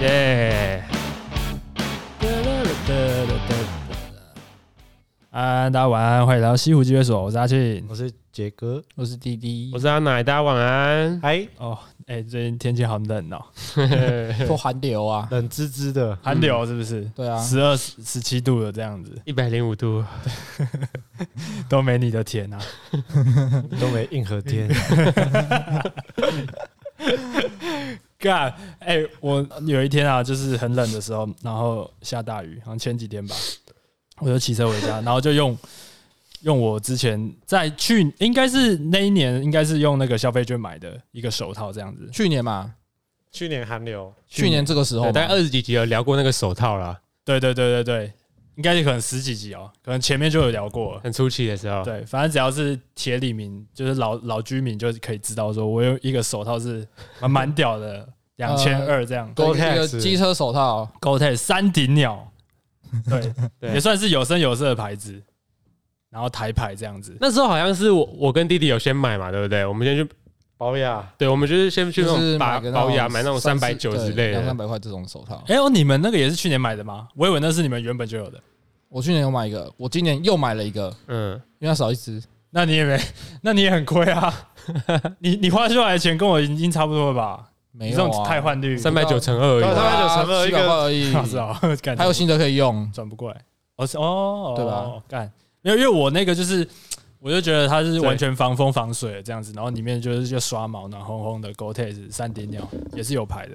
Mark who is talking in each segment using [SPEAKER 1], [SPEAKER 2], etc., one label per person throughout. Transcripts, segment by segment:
[SPEAKER 1] 耶！啊，大家晚安，欢迎来到西湖集会所，我是阿庆，
[SPEAKER 2] 我是杰哥，
[SPEAKER 3] 我是滴滴
[SPEAKER 1] 我，是阿奶，大家晚安。
[SPEAKER 2] 哎，
[SPEAKER 1] 哦，哎、最近天气好冷 哦，
[SPEAKER 3] 做寒流啊，
[SPEAKER 2] 冷滋滋的，
[SPEAKER 1] 寒流是不是？
[SPEAKER 3] 对啊，
[SPEAKER 1] 十二、十七度了这样子，
[SPEAKER 4] 一百零五度，
[SPEAKER 1] 都没你的甜啊！
[SPEAKER 2] 东北硬核 天，
[SPEAKER 1] 干，哎、我有一天啊，就是很冷的时候，然后下大雨，好像前几天吧，我就骑车回家，然后就用用我之前在去，应该是那一年，应该是用那个消费券买的一个手套这样子。
[SPEAKER 3] 去年嘛，
[SPEAKER 2] 去年寒流，
[SPEAKER 1] 去
[SPEAKER 3] 去年这个时候
[SPEAKER 1] 哦
[SPEAKER 4] 对，大
[SPEAKER 3] 嘛，
[SPEAKER 4] 概二十几集有聊过那个手套啦，
[SPEAKER 1] 对对对对对，应该是可能十几集哦，可能前面就有聊过了。
[SPEAKER 4] 很初期的时候，
[SPEAKER 1] 对，反正只要是铁里民，就是老老居民，就是可以知道说，我有一个手套 是蛮蛮屌的，两千二这样。
[SPEAKER 3] 对一个
[SPEAKER 2] Gore-Tex
[SPEAKER 3] 一个机车手套，
[SPEAKER 1] GoTe 山顶鸟， 对，
[SPEAKER 4] 对
[SPEAKER 1] 也算是有声有色的牌子，然后台牌这样子。
[SPEAKER 4] 那时候好像是我我跟弟弟有先买嘛，对不对？我们先去，
[SPEAKER 2] 保雅，
[SPEAKER 4] 对，我们就是先去那
[SPEAKER 3] 就
[SPEAKER 4] 种
[SPEAKER 3] 是
[SPEAKER 4] 把
[SPEAKER 3] 买个
[SPEAKER 4] 保雅买那种三百九之类
[SPEAKER 3] 两三
[SPEAKER 4] 的，
[SPEAKER 3] 百块这种手套。
[SPEAKER 1] 哎呦，你们那个也是去年买的吗？我以为那是你们原本就有的。
[SPEAKER 3] 我去年有买一个，我今年又买了一个，
[SPEAKER 4] 嗯，
[SPEAKER 3] 因为它少一只，
[SPEAKER 1] 那你也没， 那你也很亏 啊！你你花出来的钱跟我已经差不多了吧？
[SPEAKER 3] 没
[SPEAKER 1] 你
[SPEAKER 3] 有
[SPEAKER 1] 这
[SPEAKER 3] 啊
[SPEAKER 1] 种太换率，
[SPEAKER 4] 三百九乘二而
[SPEAKER 2] 对
[SPEAKER 4] 已
[SPEAKER 2] 啊
[SPEAKER 4] 嘛，
[SPEAKER 2] 390乘二一个
[SPEAKER 3] 700块而已，
[SPEAKER 1] 小时
[SPEAKER 4] 啊
[SPEAKER 1] 哦，感觉
[SPEAKER 3] 还有新的可以用，
[SPEAKER 1] 转不过来。哦是哦，
[SPEAKER 3] 对吧
[SPEAKER 1] 哦？干，没有，因为我那个就是，我就觉得它是完全防风防水的这样子，然后里面就是就刷毛暖烘烘的 GoTex 三点鸟也是有牌的，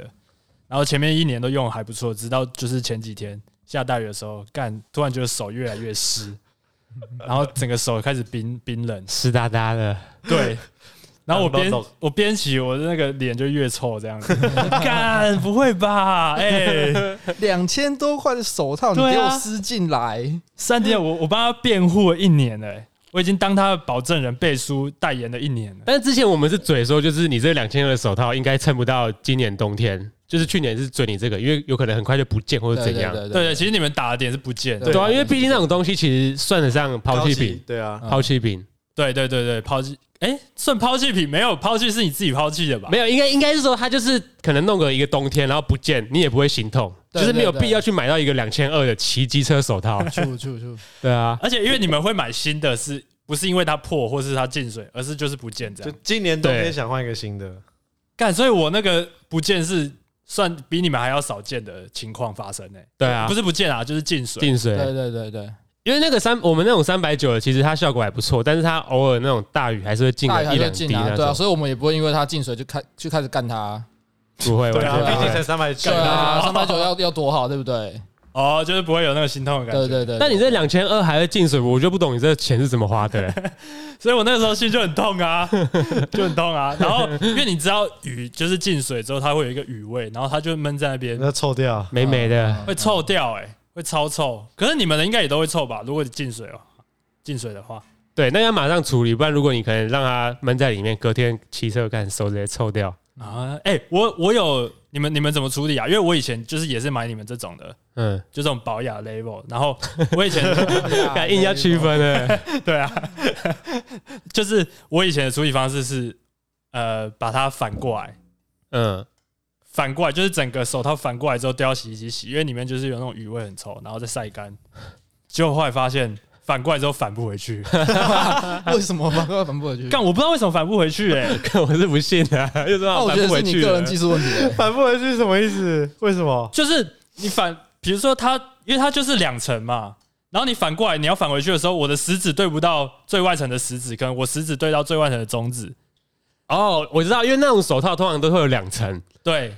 [SPEAKER 1] 然后前面一年都用得还不错，直到就是前几天下大雨的时候，干突然觉得手越来越 湿，然后整个手开始冰冰冷，
[SPEAKER 4] 湿哒哒的，
[SPEAKER 1] 对。然后我边
[SPEAKER 2] 懂懂懂
[SPEAKER 1] 我边骑，我的那个脸就越臭这样 子。干，不会吧？哎、
[SPEAKER 3] 两千多块的手套，你
[SPEAKER 1] 对啊
[SPEAKER 3] 给我撕进来，
[SPEAKER 1] 三点，我我帮他辩护了一年了、欸我已经当他的保证人、背书、代言了一年了。
[SPEAKER 4] 但是之前我们是嘴说，就是你这两千二的手套应该撑不到今年冬天，就是去年是嘴你这个，因为有可能很快就不见或者
[SPEAKER 3] 对
[SPEAKER 4] 怎样，
[SPEAKER 1] 对对，其实你们打的点是不见的。
[SPEAKER 4] 对啊，
[SPEAKER 3] 对
[SPEAKER 4] 因为毕竟那种东西其实算得上抛弃品，嗯
[SPEAKER 2] 对啊，
[SPEAKER 4] 抛弃品
[SPEAKER 1] 对对对对，抛弃，哎，算抛弃品没有？抛弃是你自己抛弃的吧？
[SPEAKER 4] 没有，应该应该是说它就是可能弄个一个冬天，然后不见你也不会心痛，
[SPEAKER 3] 对
[SPEAKER 4] 就是没有
[SPEAKER 3] 对对
[SPEAKER 4] 必要去买到一个两千二的骑机车手套。
[SPEAKER 3] 出出出，
[SPEAKER 4] 对啊，
[SPEAKER 1] 而且因为你们会买新的是，不是因为它破或是它进水，而是就是不见这
[SPEAKER 2] 就
[SPEAKER 1] 样。
[SPEAKER 2] 今年冬天
[SPEAKER 4] 对
[SPEAKER 2] 想换一个新的，
[SPEAKER 1] 干，所以我那个不见是算比你们还要少见的情况发生呢、
[SPEAKER 4] 对啊
[SPEAKER 1] 不，是不见啊，就是进水。
[SPEAKER 4] 进
[SPEAKER 3] 对
[SPEAKER 4] 水，
[SPEAKER 3] 对对对，
[SPEAKER 4] 因为那个三我们那种三百九的，其实它效果还不错，但是它偶尔那种大雨还是会进
[SPEAKER 3] 大
[SPEAKER 4] 个
[SPEAKER 3] 雨还
[SPEAKER 4] 一
[SPEAKER 3] 是
[SPEAKER 4] 两
[SPEAKER 3] 会
[SPEAKER 4] 滴
[SPEAKER 3] 进
[SPEAKER 4] 那
[SPEAKER 3] 啊，对啊，
[SPEAKER 4] 种，
[SPEAKER 3] 所以我们也不会因为它进水就开就开始干它，
[SPEAKER 4] 不会，
[SPEAKER 1] 对啊
[SPEAKER 4] 完全
[SPEAKER 2] 毕
[SPEAKER 4] 不
[SPEAKER 2] 竟
[SPEAKER 4] 会
[SPEAKER 2] 才三百九
[SPEAKER 3] 对，啊，三百九要要多好，对不对？
[SPEAKER 1] 哦，就是不会有那个心痛的感觉。
[SPEAKER 3] 对对对，
[SPEAKER 4] 但你这两千二还会进水，我就不懂你这钱是怎么花的。
[SPEAKER 1] 所以我那个时候心就很痛啊， 就很痛啊。然后因为你知道雨就是进水之后，它会有一个雨味，然后它就闷在那边，
[SPEAKER 2] 那臭掉，
[SPEAKER 4] 美美的，
[SPEAKER 1] 会臭掉、欸，会超臭。可是你们的应该也都会臭吧？如果你进水了，进水的话，
[SPEAKER 4] 对，那要马上处理，不然如果你可能让它闷在里面，隔天骑车看手直接臭掉。
[SPEAKER 1] 啊，哎、我我有你们你们怎么处理啊？因为我以前就是也是买你们这种的，
[SPEAKER 4] 嗯，
[SPEAKER 1] 就这种保雅 label，然后我以前
[SPEAKER 3] 啊
[SPEAKER 4] 敢硬要区分欸呢？
[SPEAKER 1] 对啊， 就是我以前的处理方式是呃把它反过来，
[SPEAKER 4] 嗯，
[SPEAKER 1] 反过来就是整个手套反过来之后丢到洗衣机洗，因为里面就是有那种余味很臭，然后再晒干。结果后来发现反过来之后反不回 去，
[SPEAKER 3] 为什么反过来反不回去？
[SPEAKER 1] 干我不知道为什么反不回去哎、
[SPEAKER 4] 我是不信的，就说
[SPEAKER 3] 那我
[SPEAKER 4] 反
[SPEAKER 3] 觉得
[SPEAKER 4] 不
[SPEAKER 3] 是
[SPEAKER 4] 回
[SPEAKER 3] 你
[SPEAKER 4] 去
[SPEAKER 3] 个
[SPEAKER 4] 了
[SPEAKER 3] 人。技术问题 欸，
[SPEAKER 2] 反不回去是什么意思？为什么？
[SPEAKER 1] 就是你反，比如说它，因为它就是两层嘛，然后你反过来你要返回去的时候，我的食指对不到最外层的食指，跟我食指对到最外层的中指，
[SPEAKER 4] 哦，我知道，因为那种手套通常都会有两层，
[SPEAKER 1] 对。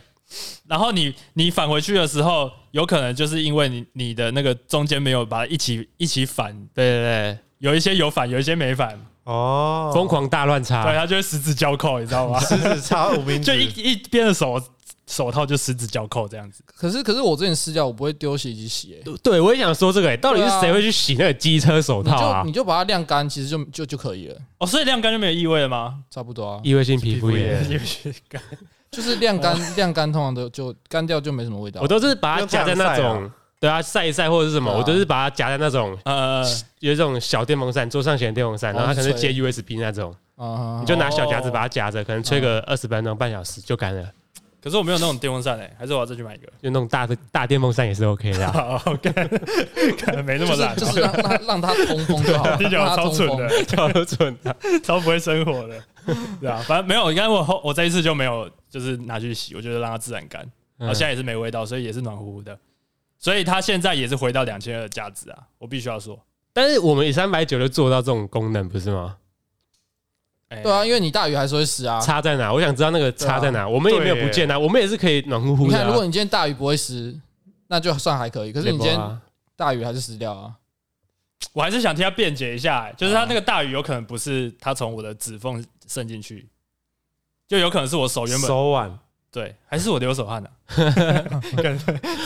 [SPEAKER 1] 然后你你返回去的时候，有可能就是因为你你的那个中间没有把它一起一起反，
[SPEAKER 4] 对对
[SPEAKER 1] 有一些有反，有一些没反，
[SPEAKER 2] 哦
[SPEAKER 4] 对，，啊疯狂大乱
[SPEAKER 3] 啊
[SPEAKER 1] 对，
[SPEAKER 4] 插，
[SPEAKER 1] 它就会十指交扣，你知 道吗？
[SPEAKER 2] 食指插无名指，
[SPEAKER 1] 就一一边的手手套就十指交扣这样子。
[SPEAKER 3] 可是可是我之前私教我不会丢洗衣机 洗欸，
[SPEAKER 4] 对我也想说这个、欸，到底是谁会去洗那个机车手
[SPEAKER 3] 你
[SPEAKER 4] 套
[SPEAKER 3] 就
[SPEAKER 4] 啊
[SPEAKER 3] 你？就把它晾干，其实就就就可以了，
[SPEAKER 1] 哦，所以晾干就没有异味了吗？
[SPEAKER 3] 差不多 啊，
[SPEAKER 4] 异位性皮肤炎，
[SPEAKER 1] 因为是干
[SPEAKER 3] 就是晾干晾干，通常都就干掉就没什么味道
[SPEAKER 4] 我。都是把它夹在那
[SPEAKER 2] 用太阳
[SPEAKER 4] 种，对啊，晒一晒或者是什么，
[SPEAKER 3] 对啊
[SPEAKER 4] 我都是把它夹在那种
[SPEAKER 1] 呃，
[SPEAKER 4] 有一种小电风扇，桌上型的电风扇，
[SPEAKER 3] 哦
[SPEAKER 4] 然后它可能是接
[SPEAKER 3] 吹
[SPEAKER 4] USB 那种，
[SPEAKER 3] 啊
[SPEAKER 4] 嗯你就拿小夹子把它夹着，可能吹个二十分钟、半小时就干了。
[SPEAKER 1] 可是我没有那种电风扇诶、还是我要再去买一个。
[SPEAKER 4] 就那种大的大电风扇也是 OK 的啊、
[SPEAKER 1] 好，看， 可能没那么
[SPEAKER 3] 就是
[SPEAKER 1] 懒，
[SPEAKER 3] 就是让让让它通风就好 了，
[SPEAKER 1] 听起来
[SPEAKER 3] 让
[SPEAKER 1] 我
[SPEAKER 3] 它
[SPEAKER 1] 超
[SPEAKER 3] 通
[SPEAKER 1] 蠢
[SPEAKER 3] 风。
[SPEAKER 1] 的，
[SPEAKER 4] 超准的。
[SPEAKER 1] 超不会生活 的，对啊，反正没有。你看我后我这一次就没有，就是拿去洗，我觉得让它自然干，
[SPEAKER 3] 嗯
[SPEAKER 1] 然后现在也是没味道，所以也是暖乎乎的，所以它现在也是回到两千二的价值啊，我必须要说，
[SPEAKER 4] 但是我们以三百九就做到这种功能，不是吗？
[SPEAKER 1] 哎
[SPEAKER 3] 对啊，因为你大鱼还是会死啊。
[SPEAKER 4] 差在哪？我想知道那个差在哪。我们也没有不见啊，我们也是可以暖乎乎
[SPEAKER 3] 你
[SPEAKER 4] 的、
[SPEAKER 3] 看，如果
[SPEAKER 4] 啊。
[SPEAKER 3] 你今天大鱼不会死，那就算还可
[SPEAKER 1] 啊
[SPEAKER 3] 以。可是你今
[SPEAKER 4] 对
[SPEAKER 3] 天
[SPEAKER 4] 吧
[SPEAKER 3] 大鱼还是死掉啊？
[SPEAKER 1] 我还是想替他辩解一下、欸就是他那个大雨有可能不是他从我的指缝渗进去，就有可能是我手原本
[SPEAKER 2] 手腕
[SPEAKER 1] 对，还是我流手汗呢、啊，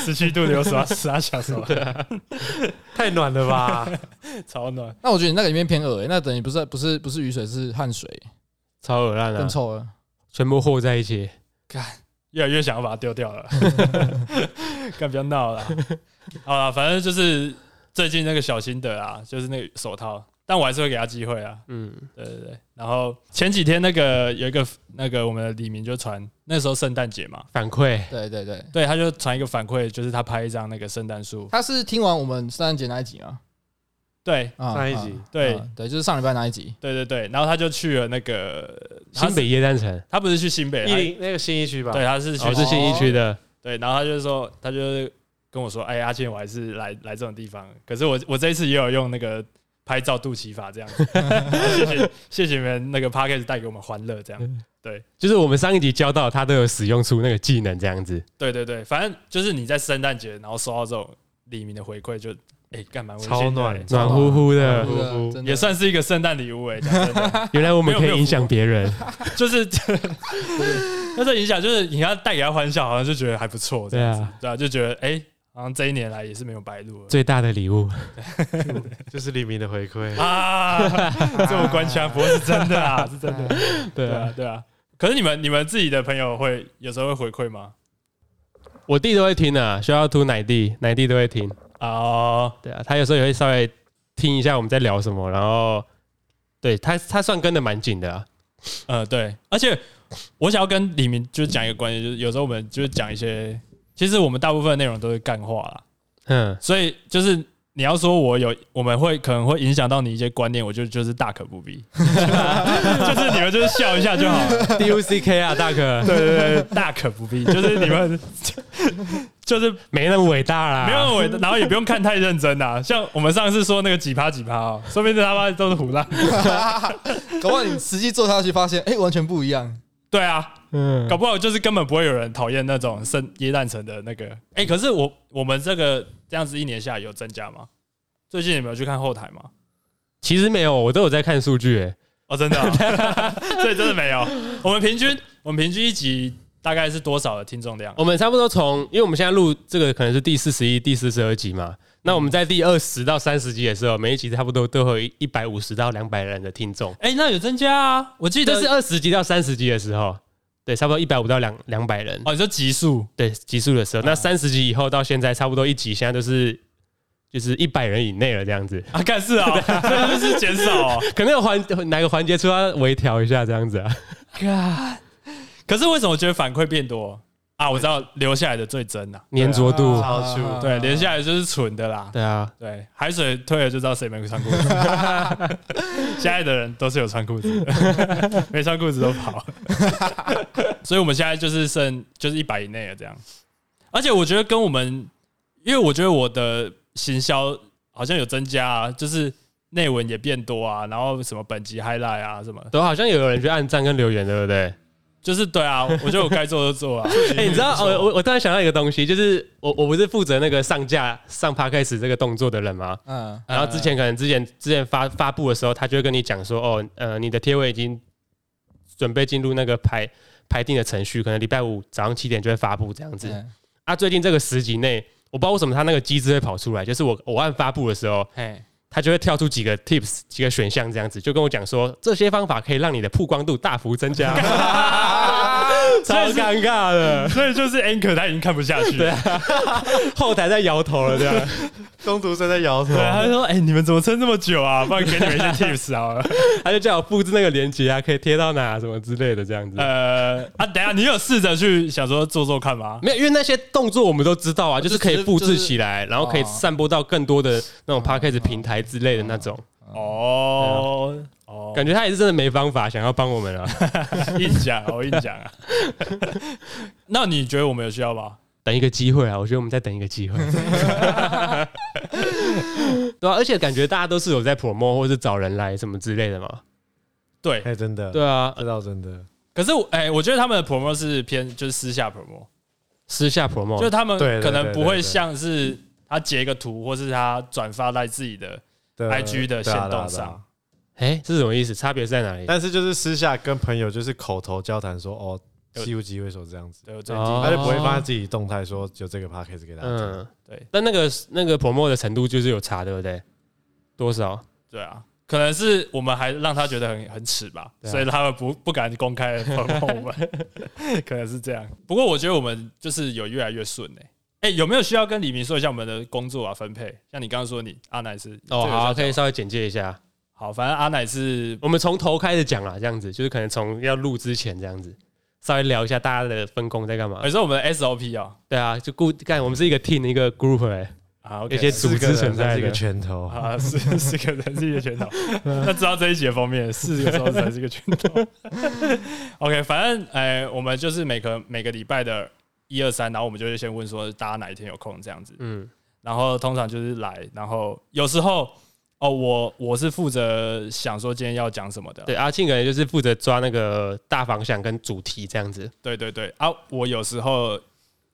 [SPEAKER 1] 十七度流手汗，十二小手汗，
[SPEAKER 2] 太暖了吧？
[SPEAKER 1] 超暖。
[SPEAKER 3] 那我觉得你那个里面偏恶欸那等于不是不是不是雨水，是汗水，
[SPEAKER 4] 超恶烂
[SPEAKER 3] 更
[SPEAKER 4] 啊，
[SPEAKER 3] 臭了。
[SPEAKER 4] 全部和在一起。
[SPEAKER 1] 越来越想要把它丢掉了，干不要闹了啦。好了，反正就是最近那个小心得啊，就是那个手套，但我还是会给他机会啊。
[SPEAKER 4] 嗯，
[SPEAKER 1] 对对对。然后前几天那个有一个那个我们的李明就传，那时候圣诞节嘛，
[SPEAKER 4] 反馈
[SPEAKER 3] 对对对，
[SPEAKER 1] 对，他就传一个反馈，就是他拍一张那个圣诞树，
[SPEAKER 3] 他是听完我们圣诞节那一集吗？
[SPEAKER 1] 对
[SPEAKER 3] 啊
[SPEAKER 2] 上一集
[SPEAKER 3] 啊
[SPEAKER 1] 对
[SPEAKER 3] 啊对，就是上礼拜那一集。
[SPEAKER 1] 对对对。然后他就去了那个他
[SPEAKER 4] 新北夜诞城，
[SPEAKER 1] 他不是去新北，
[SPEAKER 2] 一
[SPEAKER 1] 他
[SPEAKER 2] 零那个新一区吧？
[SPEAKER 1] 对，他是去
[SPEAKER 4] 哦，是新一区的，
[SPEAKER 1] 对，然后他就说，他就跟我说，哎，阿健，我还是来来这种地方。可是我我这一次也有用那个拍照肚脐法这 样子，谢谢谢谢你们那个 p a c k a g e 带给我们欢乐这
[SPEAKER 4] 嗯
[SPEAKER 1] 样。
[SPEAKER 4] 就是我们上一集教到他都有使用出那个技能这样子，
[SPEAKER 1] 对对对，反正就是你在圣诞节，然后收到这种黎明的回馈，就哎干蛮温馨的
[SPEAKER 2] 超暖
[SPEAKER 1] 哎
[SPEAKER 4] 啊暖乎乎的。
[SPEAKER 3] 对啊真的
[SPEAKER 1] 也算是一个圣诞礼物哎、讲真的
[SPEAKER 4] 原来我们可以影响别人，
[SPEAKER 1] 就是 那这影响就是你要带给他欢笑，好像就觉得还不错这
[SPEAKER 4] 对
[SPEAKER 1] 样子，
[SPEAKER 4] 啊，
[SPEAKER 1] 对啊，就觉得哎、好像这一年来也是没有白录了
[SPEAKER 4] 最大的礼物。
[SPEAKER 2] 就是黎明的回馈。
[SPEAKER 1] 啊， 这么官腔，不会是真的啊，是真的。
[SPEAKER 4] 对
[SPEAKER 1] 对
[SPEAKER 4] 啊
[SPEAKER 1] 啊，，对啊。可是你们你们自己的朋友会有时候会回馈吗？
[SPEAKER 4] 我弟都会听啊，需要吐奶弟，奶弟都会听。
[SPEAKER 1] 哦，
[SPEAKER 4] 对啊，他有时候也会稍微听一下我们在聊什么，然后对他他算跟的蛮紧的、啊，
[SPEAKER 1] 呃，对，而且我想要跟李明就是讲一个观点，就是有时候我们就是讲一些，其实我们大部分的内容都是干话啦，
[SPEAKER 4] 嗯，
[SPEAKER 1] 所以就是你要说我有，我们会可能会影响到你一些观念，我就就是大可不必， 就是你们就是笑一下就好了，
[SPEAKER 4] D U C K 啊，大哥，
[SPEAKER 1] 对对对，大可不必，就是你们就是
[SPEAKER 4] 没那么伟大啦，
[SPEAKER 1] 没有我，然后也不用看太认真啦、像我们上次说那个几趴几趴哦，说不定他妈都是胡乱。
[SPEAKER 3] 搞不好你实际做下去发现，哎，完全不一样。
[SPEAKER 1] 对啊，
[SPEAKER 4] 嗯
[SPEAKER 1] 搞不好就是根本不会有人讨厌那种圣耶诞城的那个。哎、可是我我们这个这样子一年下来有增加吗？最近有没有去看后台吗？
[SPEAKER 4] 其实没有，我都有在看数据、欸，
[SPEAKER 1] 哦，真的 哦、所以真的没有。我们平均我们平均一集大概是多少的听众量？
[SPEAKER 4] 我们差不多从，因为我们现在录这个可能是第四十一、第四十二集嘛，那我们在第二十到三十集的时候，每一集差不多都会有一百五十到两百人的听众，
[SPEAKER 1] 哎、那有增加啊！我记得
[SPEAKER 4] 这是二十集到三十集的时候，对，差不多一百五到两两百人，
[SPEAKER 1] 哦，啊你说集数
[SPEAKER 4] 对集数的时候，那三十集以后到现在，差不多一集现在都是就是一百人以内了这样 子，
[SPEAKER 1] 啊？干事啊、哦，所以 就是减少、哦。
[SPEAKER 4] 可能有环哪个环节出要微调一下这样子啊，
[SPEAKER 1] God，可是为什么我觉得反馈变多啊？我知道留下来的最真呐、
[SPEAKER 4] 粘着度，
[SPEAKER 2] 啊超粗
[SPEAKER 1] 对，留下来就是蠢的啦。
[SPEAKER 4] 对啊，
[SPEAKER 1] 对，海水退了就知道谁没穿 裤子。现在的人都是有穿裤子 的，没穿裤子都跑。所以我们现在就是剩就是一百以内了这样。而且我觉得跟我们，因为我觉得我的行销好像有增加啊，就是内文也变多啊，然后什么本集 highlight 啊什么，
[SPEAKER 4] 都好像有人去按赞跟留言，对不对？
[SPEAKER 1] 就是对啊，我觉得我该做的做啊。
[SPEAKER 4] 哎、你知道，哦我我我突然想到一个东西，就是我我不是负责那个上架上 podcast 这个动作的人吗？
[SPEAKER 3] 嗯，
[SPEAKER 4] 然后之前可能之前之前发发布的时候，他就会跟你讲说，哦，呃，你的贴文已经准备进入那个排排定的程序，可能礼拜五早上七点就会发布这样子。
[SPEAKER 3] 嗯
[SPEAKER 4] 啊，最近这个十集内，我不知道为什么他那个机制会跑出来，就是我我按发布的时候，
[SPEAKER 1] 哎，
[SPEAKER 4] 他就会跳出几个 tips 几个选 项这样子，就跟我讲说这些方法可以让你的曝光度大幅增加。超尴尬的，
[SPEAKER 1] 所 以就是 anchor 他已经看不下去
[SPEAKER 4] 对
[SPEAKER 1] 了，
[SPEAKER 4] 啊，后台在摇头了，这样。
[SPEAKER 2] 中途生在摇头
[SPEAKER 1] 对，，他就说：“哎、你们怎么撑这么久啊？不然给你们一些 tips 好了。
[SPEAKER 4] 他就叫我复制那个链接啊，可以贴到哪什么之类的这样”子。
[SPEAKER 1] 呃，啊，等一下你有试着去想说做做看吗？
[SPEAKER 4] 没有，因为那些动作我们都知道啊，就是可以复制
[SPEAKER 3] 就是
[SPEAKER 4] 起来，然后可以散播到更多的那种 podcast 平台之类的那种。
[SPEAKER 1] 哦哦，
[SPEAKER 4] 感觉他也是真的没方法，想要帮我们啊。
[SPEAKER 1] 硬讲，我硬讲 啊。那你觉得我们有需要吗？
[SPEAKER 4] 等一个机会啊，我觉得我们再等一个机会。对啊，而且感觉大家都是有在 promo 或是找人来什么之类的嘛。
[SPEAKER 1] 对，
[SPEAKER 2] 哎，真的，
[SPEAKER 4] 对啊，
[SPEAKER 2] 这倒真的，
[SPEAKER 1] 可是我哎、我觉得他们的 promo 是偏就是私下 promo，
[SPEAKER 4] 私下
[SPEAKER 1] 就是
[SPEAKER 4] promo
[SPEAKER 1] 他们
[SPEAKER 2] 哦对对
[SPEAKER 1] 可能
[SPEAKER 2] 对
[SPEAKER 1] 不
[SPEAKER 2] 对
[SPEAKER 1] 会
[SPEAKER 2] 对
[SPEAKER 1] 像是他截一个图，或是他转发在自己的
[SPEAKER 2] 对
[SPEAKER 1] IG 的
[SPEAKER 2] 对啊
[SPEAKER 1] 限
[SPEAKER 2] 对
[SPEAKER 1] 动
[SPEAKER 2] 啊对啊
[SPEAKER 1] 上
[SPEAKER 4] 哎、这是什么意思？差别在哪里？
[SPEAKER 2] 但是就是私下跟朋友就是口头交谈说，哦，机不机会说这样子，
[SPEAKER 1] 对我最近
[SPEAKER 4] 哦
[SPEAKER 2] 他就不会放在自己动态说有这个 p a c k a g e 给大家听。
[SPEAKER 4] 嗯，
[SPEAKER 1] 对。
[SPEAKER 4] 但那个那个 promo 的程度就是有差，对不对？多少？哦
[SPEAKER 1] 对啊，可能是我们还让他觉得很很耻吧，
[SPEAKER 4] 对啊
[SPEAKER 1] 所以他们不不敢公开地碰我们， 可能是这样。不过我觉得我们就是有越来越顺哎、欸。哎、有没有需要跟李明说一下我们的工作啊分配？像你刚刚说你阿奶是
[SPEAKER 4] 哦，好、啊，可以
[SPEAKER 1] 上
[SPEAKER 4] 稍微简介一下。
[SPEAKER 1] 好，反正阿奶是
[SPEAKER 4] 我们从头开始讲啦，啊这样子就是可能从要录之前这样子，稍微聊一下大家的分工在干嘛
[SPEAKER 1] 也、。是我们的 SOP 哦。
[SPEAKER 4] 对啊，就固干，我们是一个 team 一个 group 哎、
[SPEAKER 1] 啊，
[SPEAKER 4] 有些组织
[SPEAKER 2] 四个人
[SPEAKER 4] 存在的
[SPEAKER 2] 是一个拳头，
[SPEAKER 1] 啊，是是个人是一个拳头。那知道这一集的封面，四个手指才是一个拳头。OK，反正哎、我们就是每个每个礼拜的一二三，然后我们就会先问说大家哪一天有空这样子。
[SPEAKER 4] 嗯，
[SPEAKER 1] 然后通常就是来，然后有时候哦，我我是负责想说今天要讲什么的，啊
[SPEAKER 4] 对，阿庆可能就是负责抓那个大方向跟主题这样子。
[SPEAKER 1] 对对对啊，我有时候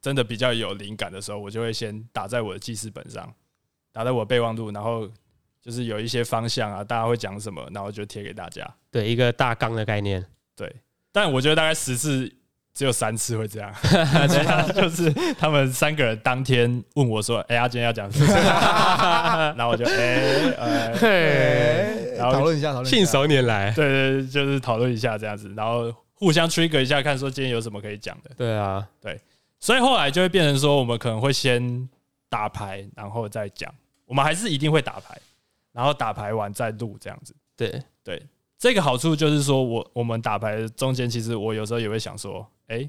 [SPEAKER 1] 真的比较有灵感的时候，我就会先打在我的记事本上，打在我的备忘录，然后就是有一些方向啊，大家会讲什么，然后就贴给大家。
[SPEAKER 4] 对，一个大纲的概念。
[SPEAKER 1] 对，但我觉得大概十次只有三次会这 样，其他就是他们三个人当天问我说：“哎、呀，今天要讲什么？” 然后我就哎、呃，
[SPEAKER 3] 对，
[SPEAKER 1] 然后
[SPEAKER 3] 讨论一下，讨论一下
[SPEAKER 4] 信手拈来。
[SPEAKER 1] 对对，对就是讨论一下这样子，然后互相 trigger 一下，看说今天有什么可以讲的。
[SPEAKER 4] 对啊，
[SPEAKER 1] 所以后来就会变成说，我们可能会先打牌，然后再讲。我们还是一定会打牌，然后打牌完再录这样子。
[SPEAKER 4] 对，
[SPEAKER 1] 这个好处就是说我我们打牌中间，其实我有时候也会想说，哎、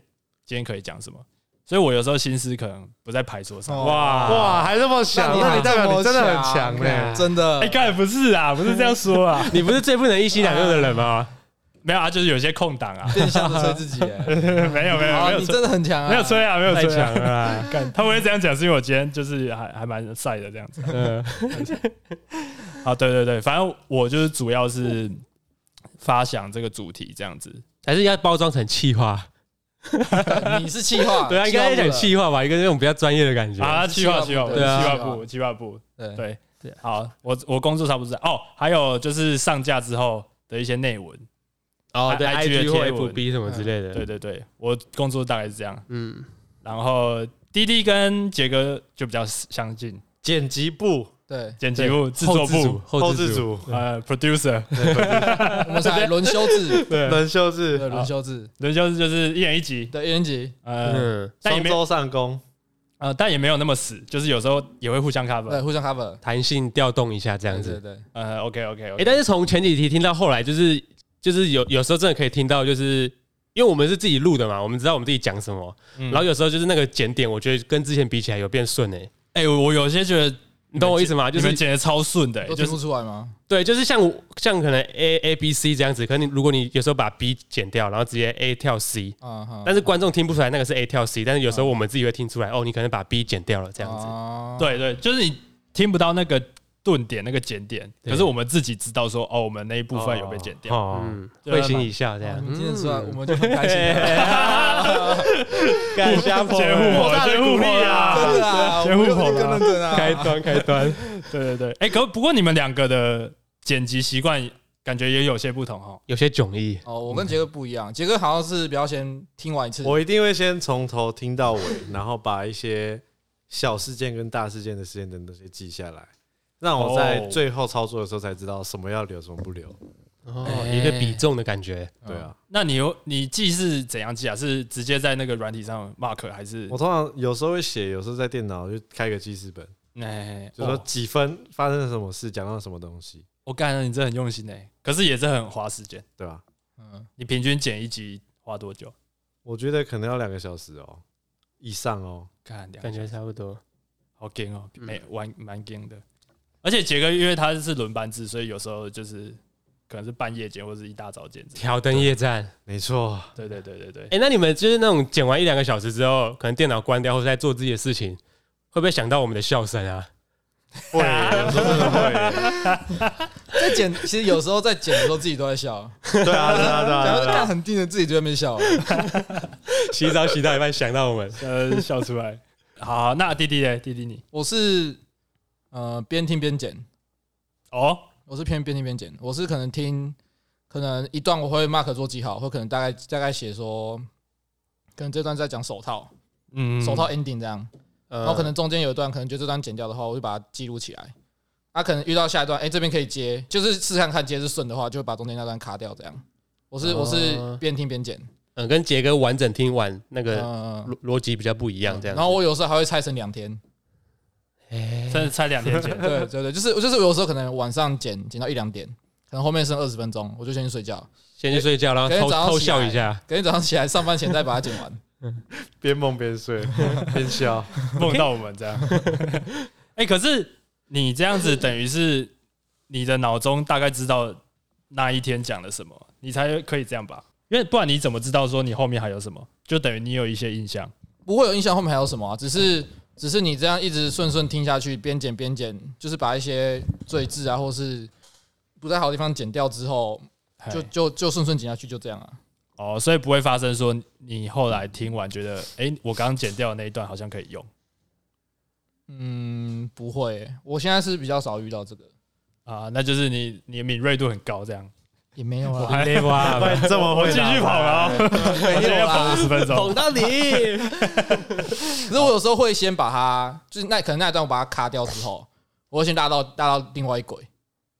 [SPEAKER 1] 今天可以讲什么？所以我有时候心思可能不在牌桌上。
[SPEAKER 3] 哦
[SPEAKER 4] 哇
[SPEAKER 2] 哇，还这么
[SPEAKER 3] 那
[SPEAKER 2] 想，
[SPEAKER 3] 你
[SPEAKER 2] 那
[SPEAKER 3] 还
[SPEAKER 2] 你代表
[SPEAKER 3] 这么啊
[SPEAKER 2] 你真的很强
[SPEAKER 4] 强
[SPEAKER 2] 欸呢。
[SPEAKER 3] 真的
[SPEAKER 1] 哎，，刚、才不是啊，不是这样说啊，
[SPEAKER 4] 你不是最不能一心两用的人吗？
[SPEAKER 1] 没有啊，就是有些空档 啊，
[SPEAKER 3] 变相的吹自己，哎
[SPEAKER 1] 没有没有没
[SPEAKER 3] 好，
[SPEAKER 1] 有
[SPEAKER 3] 你
[SPEAKER 1] 吹，
[SPEAKER 3] 真的很强啊，
[SPEAKER 1] 没有吹啊，没有
[SPEAKER 4] 哦太
[SPEAKER 1] 吹
[SPEAKER 4] 强了
[SPEAKER 1] 啊。
[SPEAKER 4] 啦。
[SPEAKER 1] 干他们会这样讲，是因为我今天就是还还蛮晒的这样子。
[SPEAKER 4] 嗯，
[SPEAKER 1] 啊，对对对，反正我就是主要是发想这个主题这样子。
[SPEAKER 4] 还是要包装成气话。
[SPEAKER 3] 你是气话，
[SPEAKER 4] 对啊，应该在讲气话吧，一个那种比较专业的感觉。
[SPEAKER 1] 啊，
[SPEAKER 3] 是
[SPEAKER 1] 计划计
[SPEAKER 3] 计
[SPEAKER 1] 划
[SPEAKER 3] 划
[SPEAKER 1] 部，计
[SPEAKER 3] 部
[SPEAKER 4] 对啊
[SPEAKER 1] 划部，计划部。
[SPEAKER 3] 部了，对，
[SPEAKER 1] 对
[SPEAKER 4] 对，
[SPEAKER 1] 好，我我工作差不多是这样哦，还有就是上架之后的一些内文。
[SPEAKER 4] 哦，对
[SPEAKER 1] I- IG
[SPEAKER 4] ，IG
[SPEAKER 1] 的
[SPEAKER 4] 或
[SPEAKER 1] 贴文
[SPEAKER 4] FB 什么之类的。
[SPEAKER 1] 对，对对，我工作大概是这样。
[SPEAKER 4] 嗯，
[SPEAKER 1] 然后滴滴跟杰哥就比较相近，
[SPEAKER 2] 剪辑部、
[SPEAKER 3] 对，
[SPEAKER 1] 剪辑部、制
[SPEAKER 4] 后
[SPEAKER 1] 作
[SPEAKER 4] 置
[SPEAKER 1] 部
[SPEAKER 4] 组，、
[SPEAKER 2] 后
[SPEAKER 4] 后
[SPEAKER 2] 置
[SPEAKER 4] 置组。
[SPEAKER 2] 组、
[SPEAKER 1] 呃，producer，
[SPEAKER 3] 我们才轮 休制，
[SPEAKER 1] 对，
[SPEAKER 2] 轮休制
[SPEAKER 3] 对，轮休制
[SPEAKER 1] 人就是就是一人一集，
[SPEAKER 3] 对，一人级，
[SPEAKER 1] 呃，
[SPEAKER 4] 嗯，
[SPEAKER 1] 但也
[SPEAKER 2] 双
[SPEAKER 1] 没
[SPEAKER 2] 周上工，
[SPEAKER 1] 呃，但也没有那么死，就是有时候也会互相 cover
[SPEAKER 3] 对，。互相 cover，
[SPEAKER 4] 弹性调动一下这
[SPEAKER 3] 这
[SPEAKER 4] 样子。
[SPEAKER 3] 对对，
[SPEAKER 1] 呃，OK OK
[SPEAKER 4] 哎、
[SPEAKER 1] OK，
[SPEAKER 4] 但是从前几题听到后来、就是，就是有有时候真的可以听到，就是因为我们是自己录的嘛，我们知道我们自己讲什么，
[SPEAKER 1] 嗯
[SPEAKER 4] 然后有时候就是那个检点，我觉得跟之前比起来有变顺哎、
[SPEAKER 1] 哎、我我有些觉得
[SPEAKER 4] 你懂我意思吗？就
[SPEAKER 1] 你们
[SPEAKER 4] 是
[SPEAKER 1] 剪的超顺的、欸
[SPEAKER 3] 都
[SPEAKER 1] 哎就
[SPEAKER 3] 听
[SPEAKER 1] 是
[SPEAKER 3] 不出来吗？
[SPEAKER 4] 对，就是像我像可能 A A B C 这样子，可能你如果你有时候把 B 剪掉，然后直接 A 跳 C，
[SPEAKER 3] 啊哈，
[SPEAKER 4] 但是观众听不出来那个是 A 跳 C，但是有时候我们自己会听出来，哦，你可能把 B 剪掉了这样子。
[SPEAKER 3] 子，
[SPEAKER 4] 啊
[SPEAKER 1] 对对，就是你听不到那个顿点、那个剪点，
[SPEAKER 4] 对
[SPEAKER 1] 可是我们自己知道说，哦，我们那一部分有被剪掉。
[SPEAKER 2] 哦，
[SPEAKER 4] 嗯，
[SPEAKER 1] 对
[SPEAKER 4] 会心一笑这
[SPEAKER 3] 啊
[SPEAKER 4] 样
[SPEAKER 3] 你。们今天出来，
[SPEAKER 4] 嗯
[SPEAKER 3] 我们就很开心啊了，
[SPEAKER 4] 感谢
[SPEAKER 1] 互 先互
[SPEAKER 4] 我
[SPEAKER 1] 捧，
[SPEAKER 2] 大的
[SPEAKER 1] 先互
[SPEAKER 2] 鼓
[SPEAKER 1] 捧
[SPEAKER 2] 励啊
[SPEAKER 1] 啦！
[SPEAKER 3] 真的啊，
[SPEAKER 1] 先互捧啊
[SPEAKER 3] 我们就认真啊，
[SPEAKER 4] 开端开端。
[SPEAKER 1] 对对对，哎、可不过你们两个的剪辑习惯感觉也有些不同哦。
[SPEAKER 4] 有些迥异。
[SPEAKER 3] 哦，我跟杰哥不一样，杰哥好像是比较先听完一次，
[SPEAKER 2] 我一定会先从头听到尾，然后把一些小事件跟大事件的时间等这些记下来，让我在
[SPEAKER 1] 哦
[SPEAKER 2] 最后操作的时候才知道什么要留，什么不留。
[SPEAKER 4] 哦，一个比重的感觉。
[SPEAKER 2] 对啊，
[SPEAKER 1] 那你有你记是怎样记啊？是直接在那个软体上 mark 还是
[SPEAKER 2] 我？通常有时候会写，有时候在电脑就开个记事本，
[SPEAKER 1] 哎，
[SPEAKER 2] 就说几分发生了什么事，讲到什么东西，
[SPEAKER 1] 我干了，你这很用心哎、可是也是很花时间。
[SPEAKER 2] 对吧？
[SPEAKER 3] 嗯，
[SPEAKER 1] 你平均剪一集花多久？
[SPEAKER 2] 我觉得可能要两个小时哦，以上哦。
[SPEAKER 1] 看两
[SPEAKER 4] 感觉差不多。
[SPEAKER 1] 好 g 哦，
[SPEAKER 4] 嗯
[SPEAKER 1] 没玩蛮 g 的。而且杰哥因为他是轮班制，所以有时候就是可能是半夜剪或者是一大早剪 这样。
[SPEAKER 4] 挑灯夜战，
[SPEAKER 2] 没错，
[SPEAKER 1] 对对对对对，
[SPEAKER 4] 哎、那你们就是那种剪完一两个小时之后，可能电脑关掉或者在做自己的事情，会不会想到我们的笑声啊？
[SPEAKER 2] 会有时候真的会，
[SPEAKER 3] 在剪，其实有时候在剪的时候自己都在 笑，
[SPEAKER 2] 对啊，对啊，
[SPEAKER 3] 然后
[SPEAKER 2] 对啊，对
[SPEAKER 3] 看
[SPEAKER 2] 啊。
[SPEAKER 3] 很定的自己就在那边笑。
[SPEAKER 4] 洗澡洗到一半想到我 们，
[SPEAKER 1] 呃，笑出来。好，那弟弟嘞，弟弟你
[SPEAKER 3] 我是呃边听边剪，
[SPEAKER 1] 哦，
[SPEAKER 3] 我是偏边听边剪，我是可能听，可能一段我会 mark 做记号，或可能大概大概写说，可能这段在讲手套，
[SPEAKER 1] 嗯
[SPEAKER 3] 手套 ending 这样，
[SPEAKER 4] 然
[SPEAKER 3] 然后可能中间有一段，可能就这段剪掉的话，我就把它记录起来。啊，可能遇到下一段，哎、这边可以接，就是试看看接是顺的话，就会把中间那段卡掉。这样，我是我
[SPEAKER 4] 哦
[SPEAKER 3] 是边听边剪，
[SPEAKER 4] 嗯，跟杰哥完整听完那
[SPEAKER 3] 嗯、
[SPEAKER 4] 个逻逻辑比较不一样，嗯这样。
[SPEAKER 3] 然后我有时候还会拆成两天，
[SPEAKER 4] 哎
[SPEAKER 1] 甚至才两天剪。
[SPEAKER 3] 对对对，就是就是我有时候可能晚上剪剪到一两点，可能后面剩二十分钟，我就先去睡觉，
[SPEAKER 4] 先去睡觉，然后偷
[SPEAKER 3] 隔天哎早上
[SPEAKER 4] 偷
[SPEAKER 3] 起来
[SPEAKER 4] 笑一下。
[SPEAKER 3] 隔天早上起来上班前再把它剪完。
[SPEAKER 2] 边梦边睡，边 笑。
[SPEAKER 1] 梦到我们这样。哎、可是你这样子等于是你的脑中大概知道那一天讲了什么，你才可以这样吧？因为不然你怎么知道说你后面还有什么？就等于你有一些印象。
[SPEAKER 3] 不会有印象后面还有什么啊？只是只是你这样一直顺顺听下去，边剪边剪，就是把一些赘字啊，或是不太好的地方剪掉之后，就
[SPEAKER 1] 就
[SPEAKER 3] 就就顺顺剪下去，就这样啊。
[SPEAKER 1] 哦，所以不会发生说你后来听完觉得，哎、我刚刚剪掉的那一段好像可以用
[SPEAKER 3] 嗯，不会欸、我现在是比较少遇到这个，
[SPEAKER 1] 啊，那就是你你的敏锐度很高这样。
[SPEAKER 3] 也没有
[SPEAKER 1] 我
[SPEAKER 3] 啊，
[SPEAKER 1] 还
[SPEAKER 2] 不然这么
[SPEAKER 1] 我
[SPEAKER 2] 会
[SPEAKER 1] 继续跑了哦，我
[SPEAKER 4] 啊
[SPEAKER 1] 今天要跑五十分钟。
[SPEAKER 4] 到你，
[SPEAKER 3] 啊
[SPEAKER 4] 啊
[SPEAKER 3] 可是我有时候会先把它，就是那可能那一段我把它卡掉之后，我会先拉到拉到另外一轨，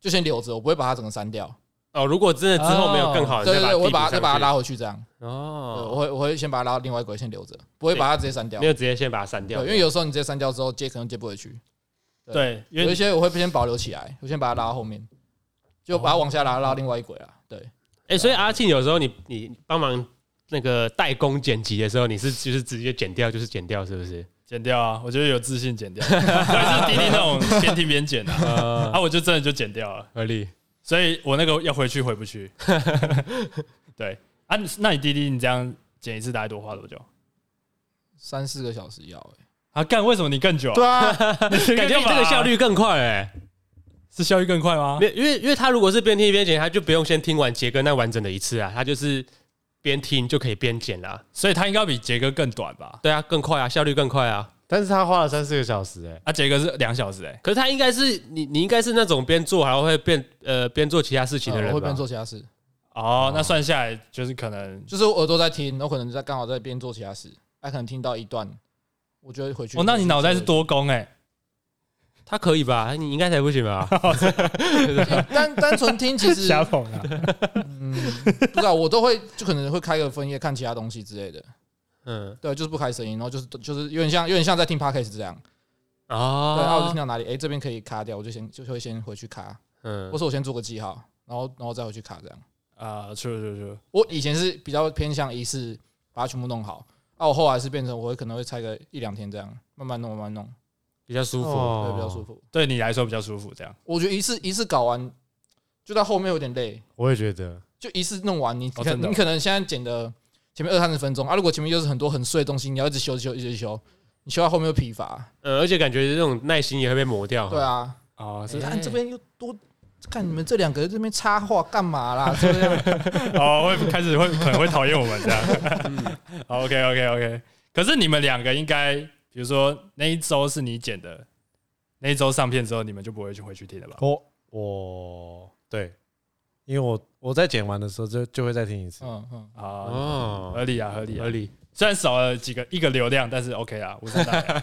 [SPEAKER 3] 就先留着，我不会把它整个删掉。
[SPEAKER 4] 哦，如果真的之后没有更好，
[SPEAKER 3] 对
[SPEAKER 4] 你
[SPEAKER 3] 哦对对，我会
[SPEAKER 4] 再
[SPEAKER 3] 把
[SPEAKER 4] 把它递补上
[SPEAKER 3] 它
[SPEAKER 4] 去
[SPEAKER 3] 再把它拉回去，这样。对我
[SPEAKER 4] 哦，
[SPEAKER 3] 会我会先把它拉到另外一轨，先留着，不会把它直接删掉。
[SPEAKER 4] 没有直接先把它删
[SPEAKER 3] 对，
[SPEAKER 4] 掉，
[SPEAKER 3] 因为有时候你直接删掉之后接可能接不回去。
[SPEAKER 1] 对，因
[SPEAKER 3] 有一
[SPEAKER 1] 为
[SPEAKER 3] 些我会先保留起来，我先把它拉到后面，就把它往下拉，拉到另外一轨啊。对，
[SPEAKER 4] 哎，所以阿庆有时候你你帮忙那个代工剪辑的时候，你是就是直接剪掉就是剪掉，是不 是？
[SPEAKER 1] 剪掉啊，我觉得有自 信剪掉，我也是弟弟那种边听边剪的、啊。
[SPEAKER 4] 呃，
[SPEAKER 1] 啊，我就真的就剪掉了，
[SPEAKER 4] 合理。
[SPEAKER 1] 所以我那个要回去回不去。 对啊，你那你弟弟你这样剪一次大概多花多久？
[SPEAKER 3] 三四个小时要哎、
[SPEAKER 1] 啊，干为什么你更久、啊？
[SPEAKER 3] 对啊，
[SPEAKER 1] 感
[SPEAKER 4] 感觉你这个效率更快哎、
[SPEAKER 1] 是效率更快吗
[SPEAKER 4] 没？有因为因为他如果是边听边剪，他就不用先听完杰哥那完整的一次啊，他就是边听就可以边剪啦。
[SPEAKER 1] 所以他应该比杰哥更短吧？
[SPEAKER 4] 对啊，更快啊，效率更快啊。
[SPEAKER 2] 但是他花了三四个小时，哎，
[SPEAKER 1] 啊，杰哥是两小时哎、
[SPEAKER 4] 可是他应该是你，你应该是那种边做然后会边呃边做其他事情的
[SPEAKER 3] 呃
[SPEAKER 4] 人
[SPEAKER 3] 我
[SPEAKER 4] 吧？
[SPEAKER 3] 会边做其他事，
[SPEAKER 1] 哦，那算下来就是可能
[SPEAKER 3] 就是我耳朵在听，我可能在刚好在边做其他事，哎、可能听到一段，我就会回去。
[SPEAKER 1] 哦，那你脑袋是多功哎、
[SPEAKER 4] 他可以吧？你应该才不行 吧？
[SPEAKER 3] 欸？单单纯听其 实，
[SPEAKER 1] 捧啊！
[SPEAKER 3] 嗯，不知道我都会就可能会开个分页看其他东西之类的，
[SPEAKER 4] 嗯
[SPEAKER 3] 对，就是不开声音，然后就是就是有点像有点像在听 podcast 这样，对，
[SPEAKER 1] 啊
[SPEAKER 3] 然后我就
[SPEAKER 4] 哦
[SPEAKER 3] 听，到哪里，哎、这边可以卡掉，我就先就会先回去卡，
[SPEAKER 4] 嗯
[SPEAKER 3] 或，是我先做个记号，然后然后再回去卡这样。
[SPEAKER 1] 啊，是是是，
[SPEAKER 3] 我以前是比较偏向一次把它全部弄好，啊，我后来是变成我会可能会拆个一两天这样，慢慢弄，慢慢弄，
[SPEAKER 4] 比较舒服。
[SPEAKER 2] 哦
[SPEAKER 3] 对，比较舒服。
[SPEAKER 1] 对你来说比较舒服这样。
[SPEAKER 3] 我觉得一次一次搞完，就到后面有点累，
[SPEAKER 2] 我也觉得，
[SPEAKER 3] 就一次弄完，你
[SPEAKER 1] 哦
[SPEAKER 3] 可、
[SPEAKER 1] 真的哦
[SPEAKER 3] 你可能现在剪的前面二三十分钟啊，如果前面又是很多很碎的东西，你要一直修修一直修，你修到后面又疲乏，
[SPEAKER 4] 呃，而且感觉这种耐心也会被磨掉。
[SPEAKER 3] 对，啊，
[SPEAKER 1] 哦，
[SPEAKER 3] 所
[SPEAKER 1] 是
[SPEAKER 3] 以看这边又多。看你们这两个人这边插话干嘛啦？ 这样
[SPEAKER 1] 哦，会开始会可能会讨厌我们这样。OK OK OK，可是你们两个应该，比如说那一周是你剪的，那一周上片之后，你们就不会去回去听了吧？
[SPEAKER 2] 我我对，因为我我在剪完的时候就就会再听一次，
[SPEAKER 3] 嗯嗯，
[SPEAKER 1] 啊，
[SPEAKER 4] 哦，
[SPEAKER 1] 合理啊，合理啊
[SPEAKER 4] 合，理。
[SPEAKER 1] 虽然少了几个一个流量，但是 OK 啊，无伤 大雅。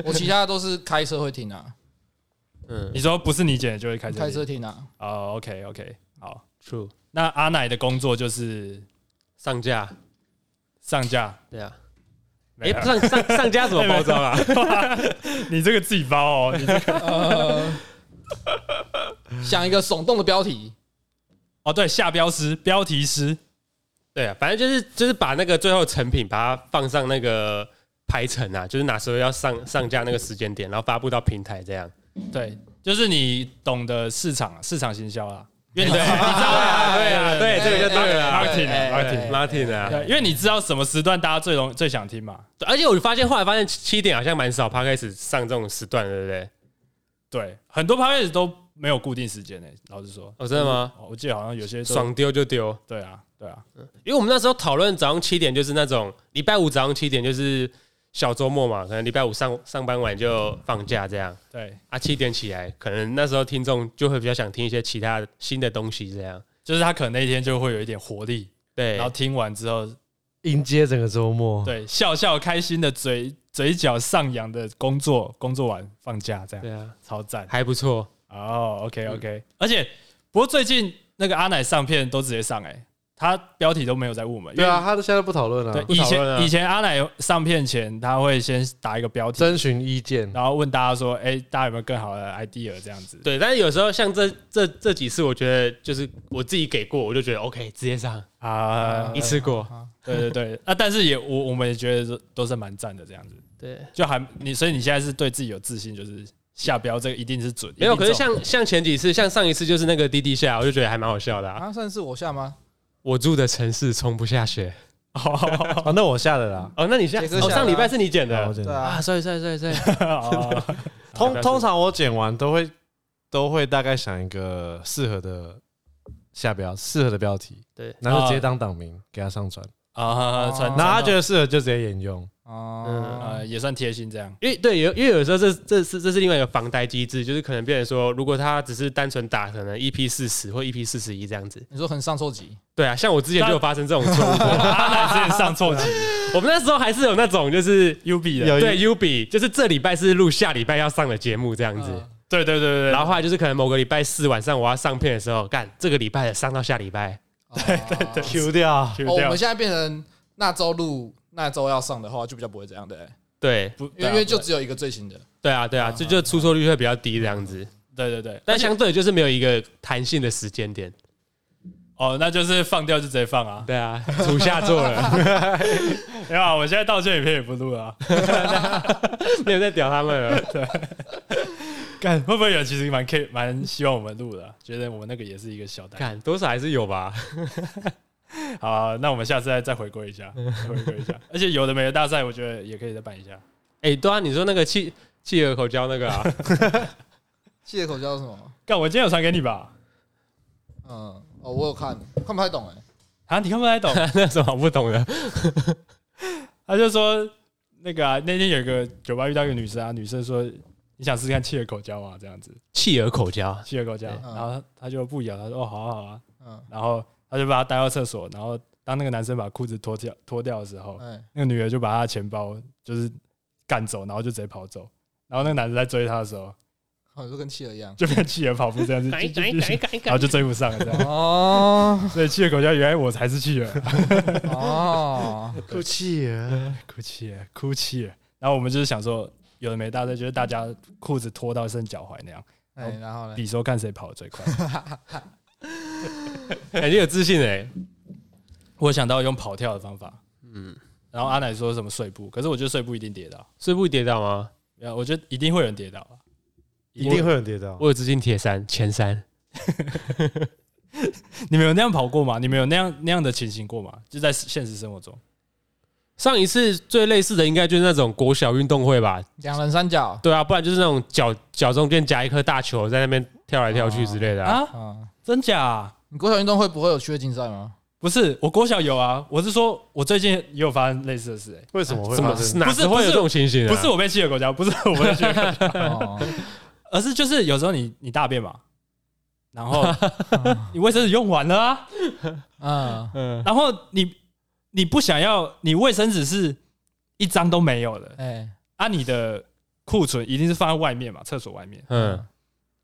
[SPEAKER 3] 我其他都是开车会听啊，
[SPEAKER 4] 嗯
[SPEAKER 1] 你，说不是你剪的就会开始
[SPEAKER 3] 开车听啊，
[SPEAKER 1] 哦，OK OK，好，
[SPEAKER 4] True，
[SPEAKER 1] 那阿奶的工作就是
[SPEAKER 4] 上架，
[SPEAKER 1] 上架，
[SPEAKER 4] 对啊。
[SPEAKER 1] 没
[SPEAKER 4] 哎、
[SPEAKER 1] 了
[SPEAKER 4] 上上上架 怎么包装啊？
[SPEAKER 1] 你这个自己包哦，你这个
[SPEAKER 3] 呃，想一个耸动的标题，
[SPEAKER 1] 哦对，下标师、标题师，
[SPEAKER 4] 对啊，反正就是就是把那个最后成品把它放上那个排程啊，就是哪时候要上上架那个时间点，然后发布到平台这样。
[SPEAKER 1] 对，就是你懂得市场、市场行销啦，因为你
[SPEAKER 4] 啊对啊，对，
[SPEAKER 3] 哎
[SPEAKER 4] 这个就对了
[SPEAKER 3] 哎
[SPEAKER 4] 啊。
[SPEAKER 3] 哎
[SPEAKER 1] Martin 啊
[SPEAKER 3] 哎
[SPEAKER 1] Martin
[SPEAKER 3] 哎
[SPEAKER 4] Martin 啊，
[SPEAKER 1] 对，因为你知道什么时段大家最容最想听嘛，
[SPEAKER 4] 对而且我发现后来发现七七点好像蛮少 p 开始上这种时段的，对不对？
[SPEAKER 1] 对，很多 p o d 都没有固定时间诶、欸老实说，
[SPEAKER 4] 哦，真的吗？
[SPEAKER 1] 哦我记得好像有些都
[SPEAKER 4] 嗯爽丢就丢，
[SPEAKER 1] 对啊，对啊，
[SPEAKER 4] 因为我们那时候讨论早上七点就是那种礼拜五早上七点就是小周末嘛，可能礼拜五上上班晚就放假这样
[SPEAKER 1] 对，
[SPEAKER 4] 啊，七点起来，可能那时候听众就会比较想听一些其他新的东西这样。
[SPEAKER 1] 就是他可能那一天就会有一点活力，
[SPEAKER 4] 对，
[SPEAKER 1] 然后听完之后，
[SPEAKER 2] 迎接整个周末。
[SPEAKER 1] 对，笑笑开心的嘴嘴角上扬的工作，工作完放假这样，
[SPEAKER 4] 对啊，
[SPEAKER 1] 超赞。
[SPEAKER 4] 还不错。
[SPEAKER 1] 哦，OK OK，而且不过最近那个阿奶上片都直接上哎、他标题都没有在问我们，因
[SPEAKER 2] 对
[SPEAKER 1] 为
[SPEAKER 2] 啊，，他现在不讨论
[SPEAKER 1] 对
[SPEAKER 2] 了，，
[SPEAKER 4] 不
[SPEAKER 1] 以
[SPEAKER 4] 讨论
[SPEAKER 1] 前
[SPEAKER 4] 了
[SPEAKER 1] 以前阿奶上片前他会先打一个标题，
[SPEAKER 2] 征询意见。
[SPEAKER 1] 然后问大家说，哎、大家有没有更好的 idea 这样子？
[SPEAKER 4] 对，但是有时候像这这这几次，我觉得就是我自己给过，我就觉得 OK，直接上
[SPEAKER 1] 啊
[SPEAKER 4] 一，次过。
[SPEAKER 1] 对对对，啊，但是也我我们也觉得都是蛮赞的这样子，
[SPEAKER 4] 对，
[SPEAKER 1] 就还你，所以你现在是对自己有自信，就是下标这个一定是准，
[SPEAKER 4] 没有。
[SPEAKER 1] 一定
[SPEAKER 4] 可是
[SPEAKER 1] 中
[SPEAKER 4] 像像前几次，像上一次就是那个滴滴下，我就觉得还蛮好笑的、啊。
[SPEAKER 3] 啊，算是我下吗？
[SPEAKER 4] 我住的城市从不下雪。
[SPEAKER 2] 啊，那我下了 啦。
[SPEAKER 4] 哦，那你下
[SPEAKER 3] 杰哥
[SPEAKER 4] 哦，
[SPEAKER 3] 下了啊
[SPEAKER 4] 上礼拜是你剪
[SPEAKER 2] 啊我啊
[SPEAKER 4] 的
[SPEAKER 2] 剪
[SPEAKER 3] 对
[SPEAKER 2] 的
[SPEAKER 3] 啊
[SPEAKER 4] 啊？，sorry sorry sorry sorry，
[SPEAKER 1] 哦
[SPEAKER 2] 通通常我剪完都会都会大概想一个适合的下标，适合的标题，
[SPEAKER 4] 对，
[SPEAKER 2] 然后就直接当档名给他上传，
[SPEAKER 1] 啊，传
[SPEAKER 2] 然后他
[SPEAKER 1] 传统
[SPEAKER 2] 觉得适合就直接沿用。
[SPEAKER 3] 哦，
[SPEAKER 1] 呃也算贴心这样，
[SPEAKER 4] 因为对有因为有时候这这是这是另外一个防呆机制，就是可能变成说，如果他只是单纯打可能 EP 四十或 EP 四十一这样子，
[SPEAKER 3] 你说很上错级，
[SPEAKER 4] 对啊，像我之前就有发生这种错 误过，
[SPEAKER 1] 阿奶之前上错集
[SPEAKER 4] 我们那时候还是有那种就是。
[SPEAKER 1] U B 的，
[SPEAKER 2] 有
[SPEAKER 4] 对 U B 就是这礼拜是录下礼拜要上的节目这样子，
[SPEAKER 1] 对对对对
[SPEAKER 4] 然
[SPEAKER 1] 对，
[SPEAKER 4] 后后来就是可能某个礼拜四晚上我要上片的时候，干这个礼拜的上到下礼拜，
[SPEAKER 3] 对对对
[SPEAKER 2] Q 掉，
[SPEAKER 1] 丢
[SPEAKER 3] 哦，我
[SPEAKER 1] 掉
[SPEAKER 3] 们现在变成那周录那周要上的话，就比较不会这样的、
[SPEAKER 4] 对
[SPEAKER 1] 不，啊
[SPEAKER 3] 因为、因为就只有一个最新的，
[SPEAKER 4] 对啊对啊，这就出错率会比较低这样子，
[SPEAKER 1] 对对对，
[SPEAKER 4] 但相对就是没有一个弹性的时间点，
[SPEAKER 1] 哦，那就是放掉就直接放啊，
[SPEAKER 4] 对啊，土下座了，
[SPEAKER 1] 没有啊，我现在道歉影片也不录了啊，
[SPEAKER 4] 没有在屌他们了。
[SPEAKER 1] 干会不会有人其实蛮 K 蛮希望我们录的啊，觉得我们那个也是一个 小单
[SPEAKER 4] 看多少还是有吧。
[SPEAKER 1] 好啊、那我们下次再再回归一下，再回归一下。而且有的没的大赛，我觉得也可以再办一下。
[SPEAKER 4] 哎、对啊，你说那个气气鹅口交那个啊，
[SPEAKER 3] 谢口叫什么？
[SPEAKER 1] 干，我今天有传给你吧？
[SPEAKER 3] 嗯，哦，我有看，看不太懂哎、
[SPEAKER 1] 啊，你看不太懂。
[SPEAKER 4] 那什么我不懂的？
[SPEAKER 1] 他就说那个啊，那天有一个酒吧遇到一个女生啊，女生说你想试试看企鹅口交啊，这样子，
[SPEAKER 4] 气鹅口交，
[SPEAKER 1] 企鹅口交。
[SPEAKER 4] 对
[SPEAKER 1] 然后他就不咬，他说哦，好啊好啊。
[SPEAKER 3] 嗯，
[SPEAKER 1] 然后他就把他带到厕所，然后当那个男生把裤子脱掉脱掉的时候，
[SPEAKER 3] 哎、
[SPEAKER 1] 那个女的就把他的钱包就是干走，然后就直接跑走。然后那个男的在追他的时候，
[SPEAKER 3] 好就跟企鹅一样。
[SPEAKER 1] 就变企鹅跑步这样子，然后就追不上了这样。
[SPEAKER 3] 哦
[SPEAKER 1] 所以企鹅狗叫，原来我才是企鹅，
[SPEAKER 3] 哦，
[SPEAKER 2] 哭泣啊！
[SPEAKER 1] 哎哭泣了，哭泣了。然后我们就是想说，有的没大赛，就是大家裤子脱到剩脚踝那样，
[SPEAKER 3] 哎、然后 呢？
[SPEAKER 1] 比说看谁跑得最快。
[SPEAKER 4] 感觉有自信哎、
[SPEAKER 1] 欸我想到用跑跳的方法，
[SPEAKER 4] 嗯，
[SPEAKER 1] 然后阿奶说什么碎步，可是我觉得碎步一定跌倒，
[SPEAKER 4] 睡不跌倒吗？
[SPEAKER 1] 然后我觉得一定会有人跌倒啊，
[SPEAKER 2] 一定会有人跌倒。
[SPEAKER 4] 我有自信铁三前三，
[SPEAKER 1] 你们有那样跑过吗？你们有那样那样的情形过吗？就在现实生活中，
[SPEAKER 4] 上一次最类似的应该就是那种国小运动会吧？
[SPEAKER 3] 两人三角
[SPEAKER 4] 对啊，不然就是那种脚脚中间夹一颗大球在那边跳来跳去之类的啊。
[SPEAKER 1] 啊，
[SPEAKER 3] 啊！
[SPEAKER 1] 真假、
[SPEAKER 3] 你国小运动会不会有趣味竞赛吗？
[SPEAKER 1] 不是，我国小有啊，我是说，我最近也有发生类似的事、欸，
[SPEAKER 2] 为什么啊会
[SPEAKER 4] 怎么
[SPEAKER 2] 发生？
[SPEAKER 4] 哪
[SPEAKER 1] 不是
[SPEAKER 4] 时会
[SPEAKER 1] 不
[SPEAKER 4] 有
[SPEAKER 1] 是
[SPEAKER 4] 这种情形啊？
[SPEAKER 1] 不是我被企鹅狗叫，不是我被 企鹅狗叫
[SPEAKER 3] 哦，
[SPEAKER 1] 而是就是有时候你你大便嘛，然后你卫生纸用完了啊，
[SPEAKER 3] 嗯，
[SPEAKER 4] 嗯，
[SPEAKER 1] 然后你你不想要，你卫生纸是一张都没有的
[SPEAKER 3] 哎、
[SPEAKER 1] 啊，你的库存一定是放在外面嘛，厕所外面，
[SPEAKER 4] 嗯，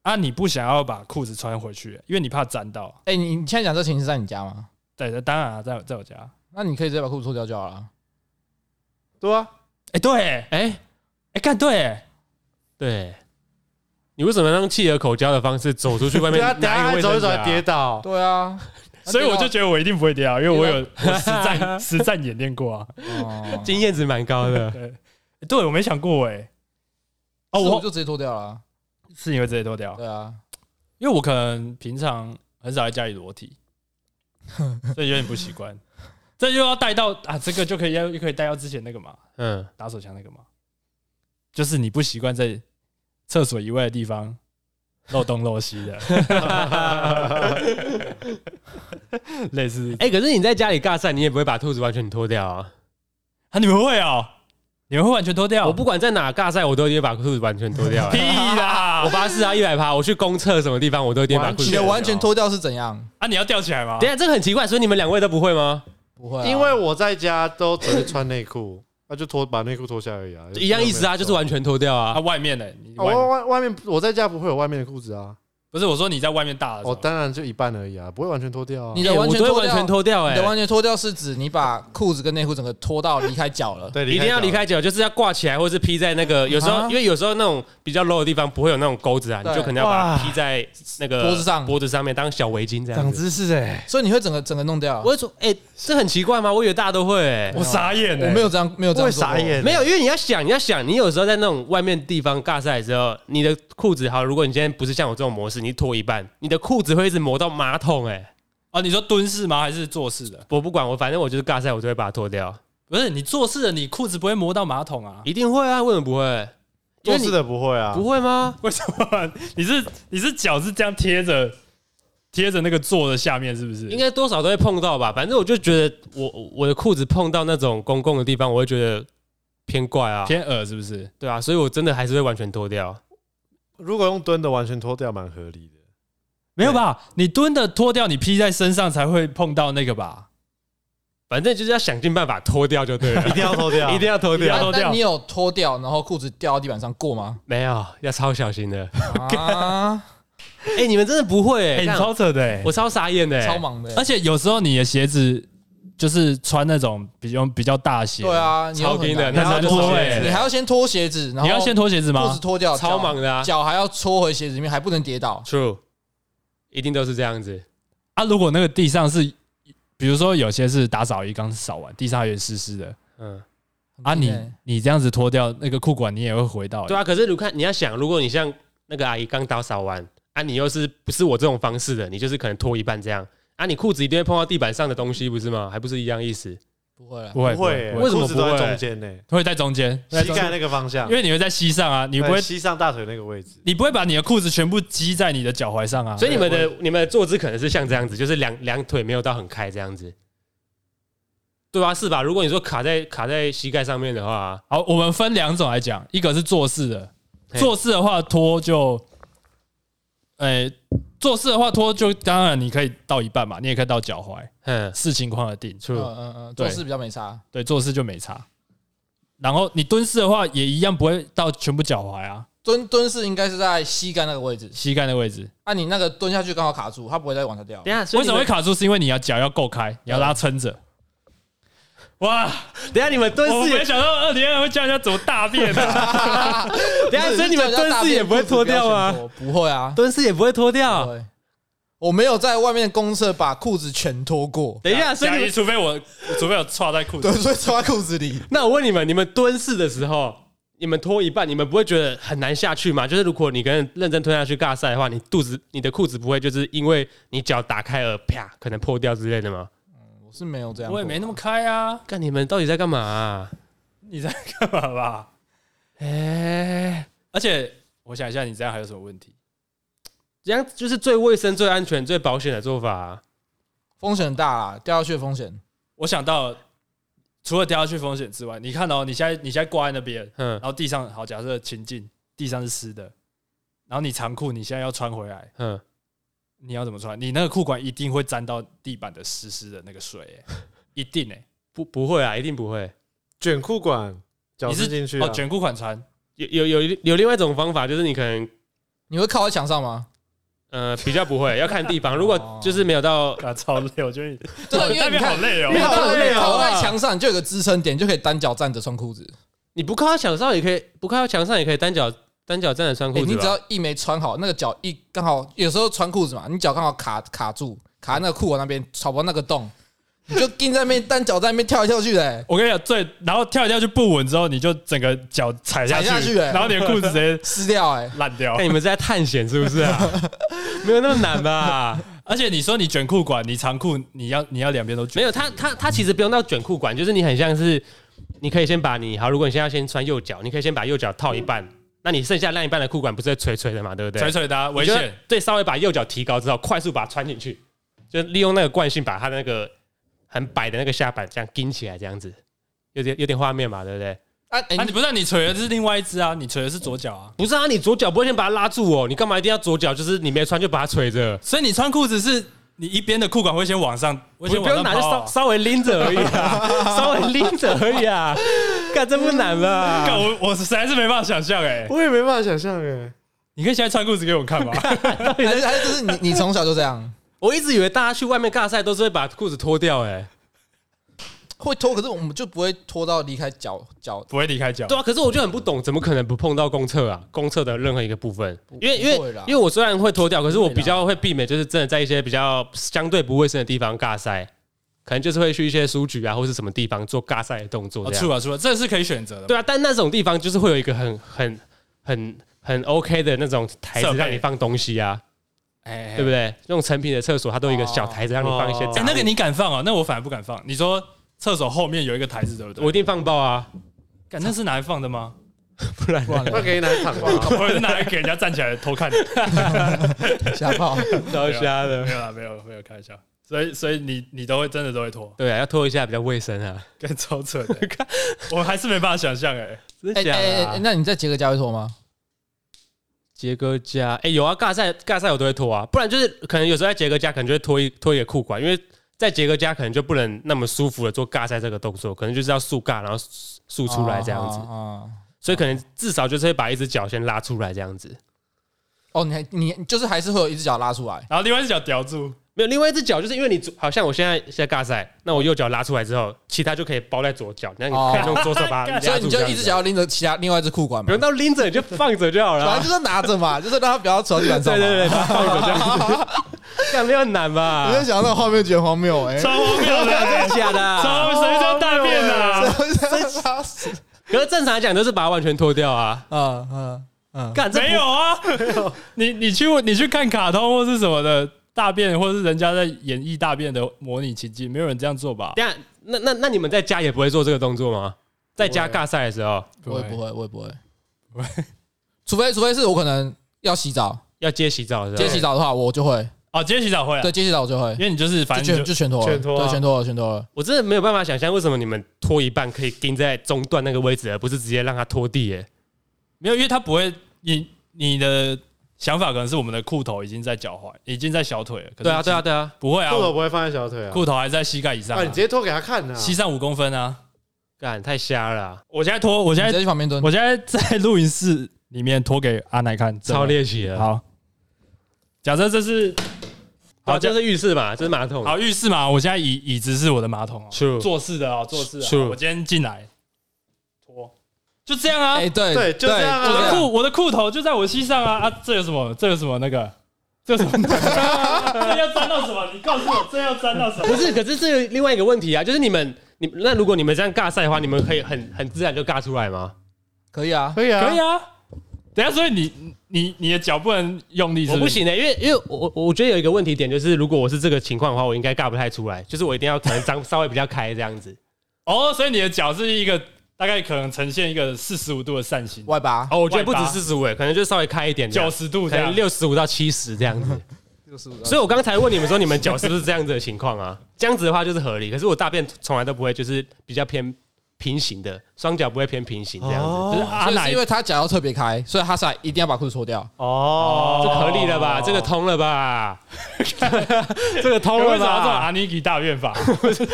[SPEAKER 1] 啊，你不想要把裤子穿回去，因为你怕沾到。
[SPEAKER 3] 哎、你你现在讲这情形是在你家吗？
[SPEAKER 1] 对，当然、啊、在在我家。
[SPEAKER 3] 那你可以直接把裤子脱掉就好了。
[SPEAKER 2] 对啊，
[SPEAKER 1] 哎、对，
[SPEAKER 4] 哎，
[SPEAKER 1] 哎，干对，
[SPEAKER 4] 对，你为什么要用气儿口交的方式走出去外面
[SPEAKER 2] 对啊，等下
[SPEAKER 4] 拿一个
[SPEAKER 2] 还
[SPEAKER 4] 卫
[SPEAKER 2] 走
[SPEAKER 4] 生
[SPEAKER 2] 一
[SPEAKER 4] 纸
[SPEAKER 2] 走
[SPEAKER 4] 啊、
[SPEAKER 2] 还跌倒，
[SPEAKER 3] 对 啊，
[SPEAKER 1] 所以我就觉得我一定不会跌倒，因为我有我实战 实战演练过啊。
[SPEAKER 3] 得，哦、
[SPEAKER 4] 经验值蛮高的。
[SPEAKER 1] 对，对我没想过哎、哦，
[SPEAKER 3] 哦，我
[SPEAKER 1] 我
[SPEAKER 3] 就直接脱掉了。
[SPEAKER 1] 是因为直接脱掉，
[SPEAKER 3] 对啊，
[SPEAKER 1] 因为我可能平常很少在家里裸体，所以有点不习惯。这又要带到啊，这个就可以要又可以带到之前那个嘛，
[SPEAKER 4] 嗯，
[SPEAKER 1] 打手枪那个嘛，就是你不习惯在厕所以外的地方漏东漏西的，类似
[SPEAKER 4] 哎、可是你在家里尬赛，你也不会把兔子完全脱掉啊。
[SPEAKER 1] 啊，你们会哦，你们会完全脱掉？
[SPEAKER 4] 我不管在哪尬赛，我都一定把裤子完全脱 掉、
[SPEAKER 1] 屁
[SPEAKER 4] 欸。
[SPEAKER 1] 啦
[SPEAKER 4] 我发誓啊，一百趴！我去公厕什么地方，我都一定把裤子
[SPEAKER 2] 完
[SPEAKER 3] 你
[SPEAKER 4] 掉
[SPEAKER 3] 的
[SPEAKER 2] 全
[SPEAKER 3] 完全脱掉是怎样？
[SPEAKER 1] 啊，你要吊起来吗
[SPEAKER 4] 等？一下，这个很奇怪，所以你们两位都不会吗？
[SPEAKER 3] 不会啊、
[SPEAKER 2] 因为我在家都只是穿内裤， 那就脱把内裤脱下来而已啊，
[SPEAKER 4] 一样意思啊，就是完全脱掉
[SPEAKER 1] 啊，
[SPEAKER 4] 啊。
[SPEAKER 1] 外面呢？你
[SPEAKER 2] 啊。
[SPEAKER 1] 外
[SPEAKER 2] 我
[SPEAKER 1] 面
[SPEAKER 2] 外外面我在家不会有外面的裤子啊，
[SPEAKER 1] 不是我说你在外面大
[SPEAKER 4] 啊
[SPEAKER 1] 的时候，
[SPEAKER 2] 哦，当然就一半而已啊，不会完全脱掉啊
[SPEAKER 3] 你。
[SPEAKER 4] 欸
[SPEAKER 3] 的完
[SPEAKER 4] 我
[SPEAKER 3] 全
[SPEAKER 4] 都
[SPEAKER 3] 脱
[SPEAKER 4] 会
[SPEAKER 3] 掉，
[SPEAKER 4] 完全脱掉，
[SPEAKER 3] 你
[SPEAKER 4] 哎
[SPEAKER 3] 的，完全脱掉啊是指你把裤子跟内裤整个脱到离开脚了。
[SPEAKER 2] 对，
[SPEAKER 4] 一定要
[SPEAKER 2] 脚
[SPEAKER 4] 离。开脚，就是要挂起来，或是披在那个有时候，
[SPEAKER 3] 啊
[SPEAKER 4] 因为有时候那种比较 low 的地方不会有那种钩子啊，你
[SPEAKER 3] 对
[SPEAKER 4] 就可能要把它披在那个
[SPEAKER 3] 脖子上
[SPEAKER 4] 脖子上面当小围巾这样子。
[SPEAKER 2] 知识哎，
[SPEAKER 3] 所以你会整个整个弄掉。啊
[SPEAKER 4] 我会说，哎，这很奇怪吗？我以为大家都会，欸
[SPEAKER 1] 我傻眼呢，
[SPEAKER 3] 我没有这样，没有这样
[SPEAKER 2] 会
[SPEAKER 3] 做过啊
[SPEAKER 2] 傻。眼，
[SPEAKER 4] 没有，因为你要想，你要想，你有时候在那种外面地方尬赛的时候，你的裤子好，如果你今天不是像我这种模式，你脱一半，你的裤子会一直磨到马桶、哎，
[SPEAKER 1] 啊，你说蹲式吗？还是坐式的？
[SPEAKER 4] 我不管，我反正我就是尬赛，我就会把它脱掉，
[SPEAKER 1] 不是你坐式的，你裤子不会磨到马桶啊？
[SPEAKER 4] 一定会啊，为什么不会？因
[SPEAKER 2] 做
[SPEAKER 4] 为你
[SPEAKER 2] 事的不会啊，
[SPEAKER 4] 不会吗？
[SPEAKER 1] 为什么？你是你是脚是这样贴着贴着那个坐的下面是不是？
[SPEAKER 4] 应该多少都会碰到吧。反正我就觉得我，我的裤子碰到那种公共的地方，我会觉得偏怪啊，
[SPEAKER 1] 偏耳是不是？
[SPEAKER 4] 对啊，所以我真的还是会完全脱掉。
[SPEAKER 2] 如果用蹲的完全脱掉，蛮合理的。
[SPEAKER 1] 没有吧？你蹲的脱掉，你披在身上才会碰到那个吧？
[SPEAKER 4] 反正就是要想尽办法脱掉就对了，
[SPEAKER 2] 一定要脱掉，
[SPEAKER 4] 一定要脱
[SPEAKER 1] 一定要
[SPEAKER 4] 掉，
[SPEAKER 1] 啊脱
[SPEAKER 3] 那
[SPEAKER 1] 掉
[SPEAKER 3] 你有脱掉，然后裤子掉到地板上过吗？
[SPEAKER 4] 没有要超小心的。
[SPEAKER 3] 啊，
[SPEAKER 4] 哎、你们真的不会、欸，
[SPEAKER 1] 哎、你
[SPEAKER 4] 干
[SPEAKER 1] 超扯的、欸，
[SPEAKER 4] 我超傻眼的、欸，
[SPEAKER 3] 超忙的
[SPEAKER 1] 而。且有时候你的鞋子就是穿那种比较比较大鞋，
[SPEAKER 3] 对，啊，你
[SPEAKER 4] 哎超
[SPEAKER 3] 又很
[SPEAKER 4] 低的，
[SPEAKER 3] 难
[SPEAKER 4] 那时候就哎
[SPEAKER 1] 你要
[SPEAKER 4] 脱
[SPEAKER 1] 脱
[SPEAKER 4] 鞋
[SPEAKER 1] 鞋
[SPEAKER 3] 你
[SPEAKER 4] 子
[SPEAKER 3] 还要先脱鞋子，然后
[SPEAKER 1] 你要先脱鞋子
[SPEAKER 3] 裤
[SPEAKER 1] 吗
[SPEAKER 3] 子？脱掉，
[SPEAKER 4] 超
[SPEAKER 3] 脚
[SPEAKER 4] 忙的啊
[SPEAKER 3] 脚还要戳回鞋子里面，还不能跌倒。
[SPEAKER 4] ，True，一定都是这样子。
[SPEAKER 1] 啊，如果那个地上是，比如说有些是打扫衣刚扫完，地上还有点湿湿的
[SPEAKER 4] 嗯，
[SPEAKER 1] 啊
[SPEAKER 3] 很
[SPEAKER 1] 你，
[SPEAKER 3] 低
[SPEAKER 1] 你
[SPEAKER 3] 耶
[SPEAKER 1] 这样子脱掉那个裤管，你也会回到、欸
[SPEAKER 4] 对啊。可是你看，你要想，如果你像那个阿姨刚打扫完，啊，你又是不是我这种方式的，你就是可能脱一半这样，啊，你裤子一定会碰到地板上的东西，不是吗？还不是一样意思？
[SPEAKER 3] 不会了，
[SPEAKER 1] 不会
[SPEAKER 2] 不会，
[SPEAKER 1] 会
[SPEAKER 4] 为什么
[SPEAKER 2] 裤子都
[SPEAKER 4] 不会
[SPEAKER 2] 在中间呢？
[SPEAKER 1] 会在中间，会在
[SPEAKER 2] 膝
[SPEAKER 1] 中
[SPEAKER 2] 盖
[SPEAKER 1] 间
[SPEAKER 2] 那个方向，
[SPEAKER 1] 因为你会在膝上啊，你不会
[SPEAKER 2] 对膝上大腿那个位置。
[SPEAKER 1] 你不会把你的裤子全部积在你的脚踝上啊，
[SPEAKER 4] 所以你们
[SPEAKER 2] 对
[SPEAKER 4] 的你们的坐姿可能是像这样子，就是两两腿没有到很开这样子，对啊，是吧？如果你说卡在卡在膝盖上面的话，
[SPEAKER 1] 好，我们分两种来讲，一个是做事的，
[SPEAKER 4] 嘿
[SPEAKER 1] 做事的话脱就，诶、做事的话脱就当然你可以到一半嘛，你也可以到脚踝，
[SPEAKER 4] 嗯
[SPEAKER 1] 视情况而定。
[SPEAKER 3] 嗯
[SPEAKER 4] ，True，
[SPEAKER 3] 嗯嗯，
[SPEAKER 1] 对
[SPEAKER 3] 做事比较没差。
[SPEAKER 1] 对，做事就没差。然后你蹲式的话也一样不会到全部脚踝啊，
[SPEAKER 3] 蹲蹲式应该是在膝盖那个位置，
[SPEAKER 1] 膝盖的位置。
[SPEAKER 3] 啊，你那个蹲下去刚好卡住，它不会再往下掉
[SPEAKER 4] 等一。下所
[SPEAKER 1] 为
[SPEAKER 4] 以你
[SPEAKER 1] 什么
[SPEAKER 4] 们
[SPEAKER 1] 会卡住？是因为你要脚要够开，你要拉撑着。 哇！
[SPEAKER 4] 等一下你们蹲
[SPEAKER 1] 我
[SPEAKER 4] 式也
[SPEAKER 1] 没想到二零二会教人家怎么大便啊的、
[SPEAKER 4] 等一下，所以你们蹲式也不会脱掉吗？？
[SPEAKER 3] 不会啊，
[SPEAKER 4] 蹲式也不会脱
[SPEAKER 3] 不
[SPEAKER 4] 掉。
[SPEAKER 3] 会。我没有在外面的公厕把裤子全脱过，
[SPEAKER 4] 等一 下，所以
[SPEAKER 1] 所
[SPEAKER 4] 你
[SPEAKER 1] 以
[SPEAKER 4] 们
[SPEAKER 1] 除非我，除非我插在裤子
[SPEAKER 3] 对，，所以穿在裤子里。
[SPEAKER 4] 那我问你们，你们蹲式的时候，你们脱一半，你们不会觉得很难下去吗？就是如果你跟人认真吞下去尬赛的话，你肚子、你的裤子不会就是因为你脚打开而啪可能破掉之类的吗？
[SPEAKER 3] 我是没有这样过，
[SPEAKER 1] 我也没那么开啊。
[SPEAKER 4] 干，你们到底在干嘛、啊？
[SPEAKER 1] 你在干嘛吧？
[SPEAKER 4] 哎、
[SPEAKER 1] 而且我想一下，你这样还有什么问题？
[SPEAKER 4] 这样就是最卫生、最安全、最保险的做法、啊。
[SPEAKER 3] 风险很大啦，掉下去的风险。
[SPEAKER 1] 我想到，除了掉下去风险之外，你看哦，你现在你现在挂在那边，
[SPEAKER 4] 嗯
[SPEAKER 1] 然后地上好，假设情境地上是湿的，然后你长裤你现在要穿回来，
[SPEAKER 4] 嗯，
[SPEAKER 1] 你要怎么穿？你那个裤管一定会沾到地板的湿湿的那个水、欸一定哎、
[SPEAKER 4] 不不会啊，一定不会。
[SPEAKER 2] 卷裤管，脚
[SPEAKER 1] 你
[SPEAKER 2] 伸
[SPEAKER 1] 是
[SPEAKER 2] 进去啊
[SPEAKER 1] 哦哦，，卷裤款穿，
[SPEAKER 4] 有有有有另外一种方法，就是你可能
[SPEAKER 3] 你会靠在墙上吗？
[SPEAKER 4] 呃，比较不会，要看地方。如果就是没有到，
[SPEAKER 1] 啊，超累，我觉得
[SPEAKER 3] 对啊，因
[SPEAKER 1] 代
[SPEAKER 3] 为你
[SPEAKER 1] 表好
[SPEAKER 3] 看，
[SPEAKER 1] 累
[SPEAKER 3] 你
[SPEAKER 1] 哦。
[SPEAKER 3] 靠
[SPEAKER 4] 累哦
[SPEAKER 3] 靠在墙上，你就有个支撑点，你就可以单脚站着穿裤子。
[SPEAKER 4] 你不靠到墙上也可以，不靠到墙上也可以单脚单脚站着穿
[SPEAKER 3] 欸
[SPEAKER 4] 裤
[SPEAKER 3] 你
[SPEAKER 4] 子吧。
[SPEAKER 3] 只要一没穿好，那个脚一刚好，有时候穿裤子嘛，你脚刚好卡卡住，卡在那个裤管那边，找不到那个洞，你就硬在那边单脚在那边跳来跳去的、欸，
[SPEAKER 1] 我跟你讲，最然后跳一跳去不稳之后，你就整个脚踩下去，
[SPEAKER 3] 踩下去欸
[SPEAKER 1] 然后你的裤子直接
[SPEAKER 3] 撕掉哎、
[SPEAKER 1] 烂掉
[SPEAKER 4] 看。你们是在探险是不是啊？ 没有那么难吧？
[SPEAKER 1] 而且你说你卷裤管，你长裤你要你要两边都 卷，
[SPEAKER 4] 没有，他他他其实不用到卷裤管，就是你很像是，你可以先把你好，如果你现在要先穿右脚，你可以先把右脚套一半，那你剩下那一半的裤管不是会垂垂的嘛，对不对？
[SPEAKER 1] 垂垂的啊危
[SPEAKER 4] 你就
[SPEAKER 1] 险。
[SPEAKER 4] 对，稍微把右脚提高之后，快速把它穿进去，就利用那个惯性把它的那个很摆的那个下板这样钉起来，这样子，有点有点画面嘛，对不对？
[SPEAKER 3] 啊，欸
[SPEAKER 1] 啊，你不是啊你垂的是另外一只啊，你垂的是左脚啊，
[SPEAKER 4] 不是啊，你左脚不会先把它拉住哦，你干嘛一定要左脚？就是你没穿就把它垂着，
[SPEAKER 1] 所以你穿裤子是你一边的裤管会先往上，会
[SPEAKER 4] 不
[SPEAKER 1] 先
[SPEAKER 4] 不
[SPEAKER 1] 往
[SPEAKER 4] 用拿，
[SPEAKER 1] 上
[SPEAKER 4] 就
[SPEAKER 1] 抛
[SPEAKER 4] 稍
[SPEAKER 1] 啊。
[SPEAKER 4] 稍微拎着而已 啊，稍微拎着而已啊，干这不难吧？
[SPEAKER 1] 干我我实在是没办法想象哎，
[SPEAKER 2] 我也没办法想象哎。
[SPEAKER 1] 你可以现在穿裤子给我看吧。
[SPEAKER 3] 还是还是就是你你从小就这样
[SPEAKER 4] 我一直以为大家去外面尬赛都是会把裤子脱掉、哎，
[SPEAKER 3] 会拖，可是我们就不会拖到离开脚脚。
[SPEAKER 1] 不会离开脚
[SPEAKER 4] 对。啊，可是我就很不懂，怎么可能不碰到公厕啊？公厕的任何一个部分，因为因为
[SPEAKER 3] 不会啦
[SPEAKER 4] 因为我虽然会脱掉，可是我比较会避免，就是真的在一些比较相对不卫生的地方尬赛，可能就是会去一些书局啊，或是什么地方做尬赛的动作
[SPEAKER 1] 哦，
[SPEAKER 4] 这
[SPEAKER 1] 出
[SPEAKER 4] 样。
[SPEAKER 1] 了出了，这是可以选择的。
[SPEAKER 4] 对啊，但那种地方就是会有一个很很很很 OK 的那种台
[SPEAKER 1] 设
[SPEAKER 4] 子
[SPEAKER 1] 备
[SPEAKER 4] 让你放东西啊，
[SPEAKER 1] 哎，
[SPEAKER 4] 对不对？那种成品的厕所，它都有一个小
[SPEAKER 3] 哦
[SPEAKER 4] 台子让你放一些
[SPEAKER 1] 哎、
[SPEAKER 4] 杂物。
[SPEAKER 1] 那个你敢放啊？那我反而不敢放。你说厕所后面有一个台子，对不对？
[SPEAKER 4] 我一
[SPEAKER 1] 我
[SPEAKER 4] 定放爆啊，
[SPEAKER 1] 敢，那是拿来放的吗？
[SPEAKER 4] 不然
[SPEAKER 3] 不然
[SPEAKER 2] 那
[SPEAKER 3] 嘞
[SPEAKER 2] 给你来躺吧。
[SPEAKER 1] 我是拿来给人家站起来偷看的。
[SPEAKER 3] 吓 爆！
[SPEAKER 4] 烧瞎了。
[SPEAKER 1] 没有啊啦，没有，没有开玩笑。所以，所以你你都会真的都会脱，
[SPEAKER 4] 对啊，要拖一下比较卫生 啊。
[SPEAKER 1] 跟超扯的、 我还是没办法想象哎、
[SPEAKER 4] 真
[SPEAKER 3] 哎
[SPEAKER 4] 假
[SPEAKER 3] 哎
[SPEAKER 4] 的啊
[SPEAKER 3] 哎，那你在杰哥家会拖吗？
[SPEAKER 4] 杰哥家，哎、有啊，尬赛尬赛我都会脱啊，不然就是可能有时候在杰哥家可能就会脱一脱一个裤管，因为在杰哥家可能就不能那么舒服的做尬赛这个动作，可能就是要竖尬，然后竖竖出来这样子，
[SPEAKER 3] 啊啊啊
[SPEAKER 4] 所以可能至少就是会把一只脚先拉出来这样子。
[SPEAKER 3] 哦，你还你你就是还是会有一只脚拉出来，
[SPEAKER 1] 然后另外一只脚叼住，
[SPEAKER 4] 没有，另外一只脚就是因为你左好像我现在现在尬赛，那我右脚拉出来之后，其他就可以包在左脚，那你可以用左手把它
[SPEAKER 3] 所
[SPEAKER 4] 压
[SPEAKER 3] 以
[SPEAKER 4] 住
[SPEAKER 3] 你
[SPEAKER 4] 这
[SPEAKER 3] 就
[SPEAKER 4] 样
[SPEAKER 3] 一
[SPEAKER 4] 子
[SPEAKER 3] 只脚要拎着其他另外一只裤管
[SPEAKER 4] 不
[SPEAKER 3] 嘛
[SPEAKER 4] 用，到拎着，你就放着就好了
[SPEAKER 3] 反
[SPEAKER 4] 啊。
[SPEAKER 3] 正就是拿着嘛，就是让它不要朝地板上
[SPEAKER 4] 对
[SPEAKER 3] 嘛。
[SPEAKER 4] 对对，把它放着这样子，这样没有很难吧？
[SPEAKER 3] 我在想到那个画面，觉得荒谬哎、
[SPEAKER 1] 超荒谬的、
[SPEAKER 4] 真的假的啊、
[SPEAKER 1] 超谁叫大便啊？
[SPEAKER 3] 欸，杀死
[SPEAKER 4] 可是正常来讲都是把它完全脱掉啊。
[SPEAKER 3] 啊嗯嗯，
[SPEAKER 4] 干这不
[SPEAKER 1] 没有啊，你你去你去看卡通或是什么的大便，或是人家在演绎大便的模拟情境，没有人这样做吧？
[SPEAKER 4] 等一下，那那那你们在家也不会做这个动作吗？在家尬赛的时候
[SPEAKER 3] 我也不会，我也不会，除非除非是我可能要洗澡，
[SPEAKER 4] 要接洗澡的时
[SPEAKER 3] 接
[SPEAKER 4] 候，
[SPEAKER 3] 洗澡的话我就会，
[SPEAKER 1] 哦，今天洗澡会啊，
[SPEAKER 3] 对，接洗澡我就会
[SPEAKER 1] 因，为你就是反
[SPEAKER 3] 就
[SPEAKER 1] 正你
[SPEAKER 3] 全
[SPEAKER 1] 就
[SPEAKER 3] 就全脱了，
[SPEAKER 2] 全脱啊
[SPEAKER 3] 对，全脱了，全脱了。
[SPEAKER 4] 我真的没有办法想象为什么你们脱一半可以钉在中段那个位置，而不是直接让它拖地耶、
[SPEAKER 1] 没有，因为他不会，你你的想法可能是我们的裤头已经在脚踝，已经在小腿了。可是
[SPEAKER 4] 对啊，
[SPEAKER 1] 其
[SPEAKER 4] 对啊，对啊。
[SPEAKER 1] 不会啊
[SPEAKER 2] 裤，头不会放在小腿啊？
[SPEAKER 1] 裤头还在膝盖以上、
[SPEAKER 2] 啊，你
[SPEAKER 1] 啊
[SPEAKER 2] 直，接脱给他看呐。
[SPEAKER 1] 膝上五公分啊。
[SPEAKER 4] 干太瞎了啊、
[SPEAKER 1] 我现在脱，我现
[SPEAKER 3] 你直
[SPEAKER 1] 在
[SPEAKER 3] 接去旁边 蹲，
[SPEAKER 1] 我现在在录音室里面脱给阿奶看，真的
[SPEAKER 4] 超。猎奇啊了。
[SPEAKER 1] 好，假设这是
[SPEAKER 4] 好，
[SPEAKER 1] 好
[SPEAKER 4] 这是浴室嘛，这是马桶。
[SPEAKER 1] 好浴室嘛，我现在椅椅子是我的马桶哦，
[SPEAKER 4] 哦 True
[SPEAKER 1] 坐式的哦，坐式的哦。
[SPEAKER 4] True
[SPEAKER 1] 我今天进来脱，就这样啊。
[SPEAKER 3] 哎，对
[SPEAKER 2] 对就这样啊
[SPEAKER 1] 我
[SPEAKER 3] 对就
[SPEAKER 1] 的
[SPEAKER 3] 这样
[SPEAKER 1] 裤我的裤头就在我膝上啊啊！这有什么？这有什么那个？这有什么？ 这要沾到什么？你告诉我，这要沾到什么？
[SPEAKER 4] 不是，可是这有另外一个问题啊，就是你们，你那如果你们这样尬赛的话，你们可以很很自然就尬出来吗？
[SPEAKER 3] 可以啊，
[SPEAKER 2] 可以啊，
[SPEAKER 1] 可以啊。等一下，所以你你你的脚不能用力是
[SPEAKER 4] 我不
[SPEAKER 1] 不是，
[SPEAKER 4] 行的、欸因为因为我我我觉得有一个问题点就是，如果我是这个情况的话，我应该尬不太出来，就是我一定要可能张稍微比较开这样子。
[SPEAKER 1] 哦，所以你的脚是一个大概可能呈现一个四十五度的扇形，
[SPEAKER 3] 外八
[SPEAKER 4] 哦，我觉得不
[SPEAKER 1] 外
[SPEAKER 4] 止
[SPEAKER 1] 八
[SPEAKER 4] 四十五，哎，可能就稍微开一点这样，
[SPEAKER 1] 九十度
[SPEAKER 4] 可
[SPEAKER 1] 这样
[SPEAKER 4] 能。六十五到七十这样子。所
[SPEAKER 3] 所
[SPEAKER 4] 以我刚才问你们说，你们脚是不是这样子的情况啊？这样子的话就是合理，可是我大便从来都不会就是比较偏平行的，双脚不会偏平行这样
[SPEAKER 2] 哦
[SPEAKER 4] 子，就是
[SPEAKER 1] 啊
[SPEAKER 4] 阿
[SPEAKER 3] 以
[SPEAKER 4] 奶
[SPEAKER 3] 是因为他脚要特别开，所以哈萨一定要把裤子脱掉。
[SPEAKER 2] 哦
[SPEAKER 4] 这合理了吧？这个通了吧？ 这个通 了
[SPEAKER 1] 为什么要这种
[SPEAKER 4] 吧？
[SPEAKER 1] 阿尼基大便 法？
[SPEAKER 3] 不是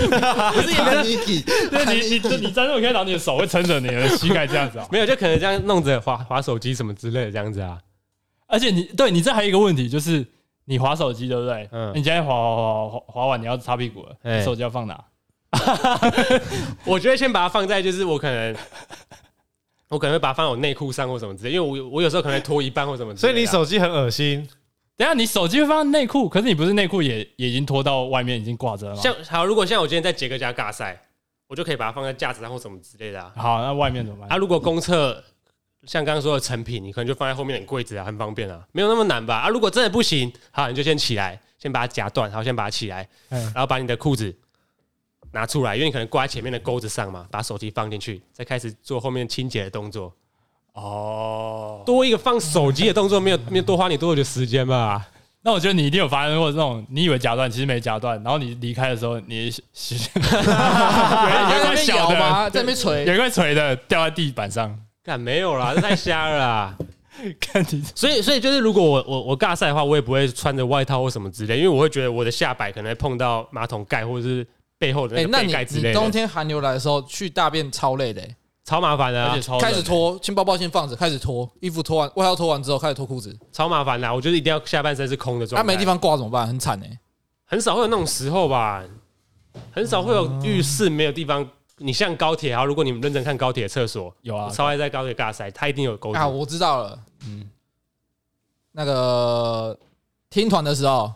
[SPEAKER 3] 你你
[SPEAKER 1] 就是你你你站这种可以，然后你的手会撑着你的膝盖这样子哦。
[SPEAKER 4] 没有，就可能这样弄着滑滑手机什么之类的这样子啊。
[SPEAKER 1] 而且你对你这还有一个问题，就是你滑手机对不对？
[SPEAKER 4] 嗯
[SPEAKER 1] 嗯，你现在滑滑滑滑滑完，你要擦屁股了，
[SPEAKER 4] 哎
[SPEAKER 1] 你手机要放哪？
[SPEAKER 4] 我觉得先把它放在就是我可能，我可能会把它放在我内裤上或什么之类，因为我有我有时候可能脱一半或什么之
[SPEAKER 2] 所
[SPEAKER 4] 类的啊。
[SPEAKER 2] 以你手机很恶心，
[SPEAKER 1] 等一下你手机会放在内裤，可是你不是内裤也也已经脱到外面，已经挂着了吗？
[SPEAKER 4] 像好，如果像我今天在杰哥家尬赛，我就可以把它放在架子上或什么之类的啊。
[SPEAKER 1] 好，那外面怎么
[SPEAKER 4] 啊，
[SPEAKER 1] 办？
[SPEAKER 4] 如果公厕像刚刚说的成品，你可能就放在后面的柜子啊，很方便啊，没有那么难吧？啊，如果真的不行，好，你就先起来，先把它夹断，好，先把它起来，
[SPEAKER 1] 嗯
[SPEAKER 4] 然后把你的裤子拿出来，因为你可能挂在前面的钩子上嘛，把手机放进去，再开始做后面清洁的动作。
[SPEAKER 1] 哦，
[SPEAKER 4] 多一个放手机的动作，没有没有多花你多久的时间 吧？
[SPEAKER 1] 那我觉得你一定有发生过这种，你以为夹断，其实没夹断，然后你离开的时候，你 有
[SPEAKER 3] 在
[SPEAKER 1] 一
[SPEAKER 3] 那
[SPEAKER 4] 啊
[SPEAKER 1] 块
[SPEAKER 3] 边
[SPEAKER 1] 小
[SPEAKER 3] 摇吗？
[SPEAKER 1] 的，
[SPEAKER 3] 在那边
[SPEAKER 1] 有
[SPEAKER 3] 捶，
[SPEAKER 1] 一块垂的掉在地板 上，
[SPEAKER 4] 干没有啦，这太瞎了啦！
[SPEAKER 1] 看你
[SPEAKER 4] 所以，所以就是，如果我我我尬赛的话，我也不会穿着外套或什么之类，因为我会觉得我的下摆可能会碰到马桶盖或者是背后的
[SPEAKER 3] 哎
[SPEAKER 4] 那，个
[SPEAKER 3] 那
[SPEAKER 4] 背
[SPEAKER 3] 你
[SPEAKER 4] 盖之类
[SPEAKER 3] 你
[SPEAKER 4] 的，
[SPEAKER 3] 冬天寒流来的时候去大便超累的欸，
[SPEAKER 4] 超麻烦的、
[SPEAKER 1] 而
[SPEAKER 4] 啊
[SPEAKER 1] 且，超冷
[SPEAKER 3] 开始脱，先包包先放着，开始脱衣服，脱完外套脱完之后开始脱裤子，
[SPEAKER 4] 超麻烦的啊、我觉得一定要下半身是空的状
[SPEAKER 3] 啊
[SPEAKER 4] 态，
[SPEAKER 3] 没地方挂怎么办？很惨哎。
[SPEAKER 4] 很少会有那种时候吧，很少会有浴室没有地方。你像高铁啊，如果你们认真看高铁厕所，
[SPEAKER 1] 有啊
[SPEAKER 4] 我，超爱在高铁尬赛，它一定有沟
[SPEAKER 3] 啊，
[SPEAKER 4] 通。
[SPEAKER 3] 我知道了。
[SPEAKER 1] 嗯
[SPEAKER 3] 那个听团的时候，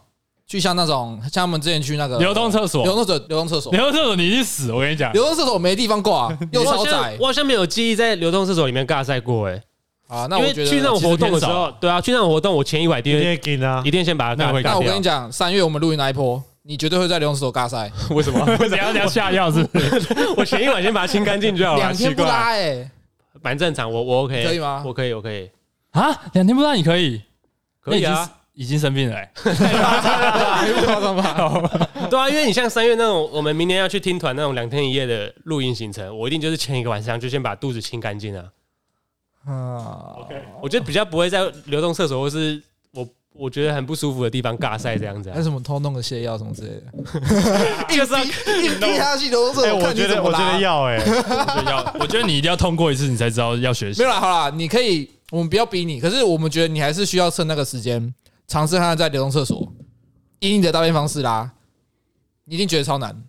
[SPEAKER 3] 去像那种像他们之前去那个
[SPEAKER 1] 流动厕所
[SPEAKER 3] 呃流，动厕流动厕所
[SPEAKER 1] 流，动厕所你去死，我跟你讲，
[SPEAKER 3] 流动厕所没地方挂、又
[SPEAKER 4] 我好
[SPEAKER 3] 超
[SPEAKER 4] 像
[SPEAKER 3] 窄
[SPEAKER 4] 我好像没有记忆在流动厕所里面尬赛过哎、
[SPEAKER 3] 啊。那
[SPEAKER 4] 因
[SPEAKER 3] 我
[SPEAKER 4] 为
[SPEAKER 3] 觉得
[SPEAKER 4] 去那种活动的时
[SPEAKER 1] 其实
[SPEAKER 4] 候，对啊，去那种活动，我前一晚一
[SPEAKER 2] 你
[SPEAKER 4] 定会
[SPEAKER 2] 也给啊
[SPEAKER 4] 一，定先把它
[SPEAKER 1] 那
[SPEAKER 4] 尬
[SPEAKER 1] 会
[SPEAKER 4] 尬
[SPEAKER 3] 那我跟
[SPEAKER 4] 掉
[SPEAKER 3] 你。讲，三月我们录音那一波，你绝对会在流动厕所尬赛，
[SPEAKER 4] 为什么？
[SPEAKER 1] 为什么要要下药是不是？
[SPEAKER 4] 我前一晚先把它清干净就好了。
[SPEAKER 3] 两天不
[SPEAKER 4] 哦奇怪
[SPEAKER 3] 拉哎、
[SPEAKER 4] 蛮正常，我我 OK，
[SPEAKER 3] 可以吗
[SPEAKER 4] 我可以，我可以，
[SPEAKER 1] 啊，两天不让你可以，
[SPEAKER 4] 可以啊，
[SPEAKER 1] 那已经，已经生病了、 欸，
[SPEAKER 3] 太夸张吧？
[SPEAKER 4] 对啊，因为你像三月那种，我们明年要去听团那种两天一夜的露营行程，我一定就是前一个晚上就先把肚子清干净啊。
[SPEAKER 3] 啊，
[SPEAKER 4] 我觉得比较不会在流动厕所或是我我觉得很不舒服的地方尬赛这样子、啊
[SPEAKER 3] 还是，什么偷弄个泻药什么之类的，
[SPEAKER 4] 就是要
[SPEAKER 3] 一逼他去流动厕
[SPEAKER 2] 哎，
[SPEAKER 3] 所，
[SPEAKER 2] 我
[SPEAKER 3] 看
[SPEAKER 2] 觉
[SPEAKER 3] 你怎
[SPEAKER 2] 得我
[SPEAKER 3] 么
[SPEAKER 2] 觉得
[SPEAKER 3] 拉。
[SPEAKER 2] 要哎，
[SPEAKER 1] 就要，我觉得你一定要痛过一次，你才知道要学习
[SPEAKER 3] 没有。啦，好啦，你可以，我们不要逼你，可是我们觉得你还是需要趁那个时间尝试看看在流动厕所，以你的大便方式啦，你一定觉得超难。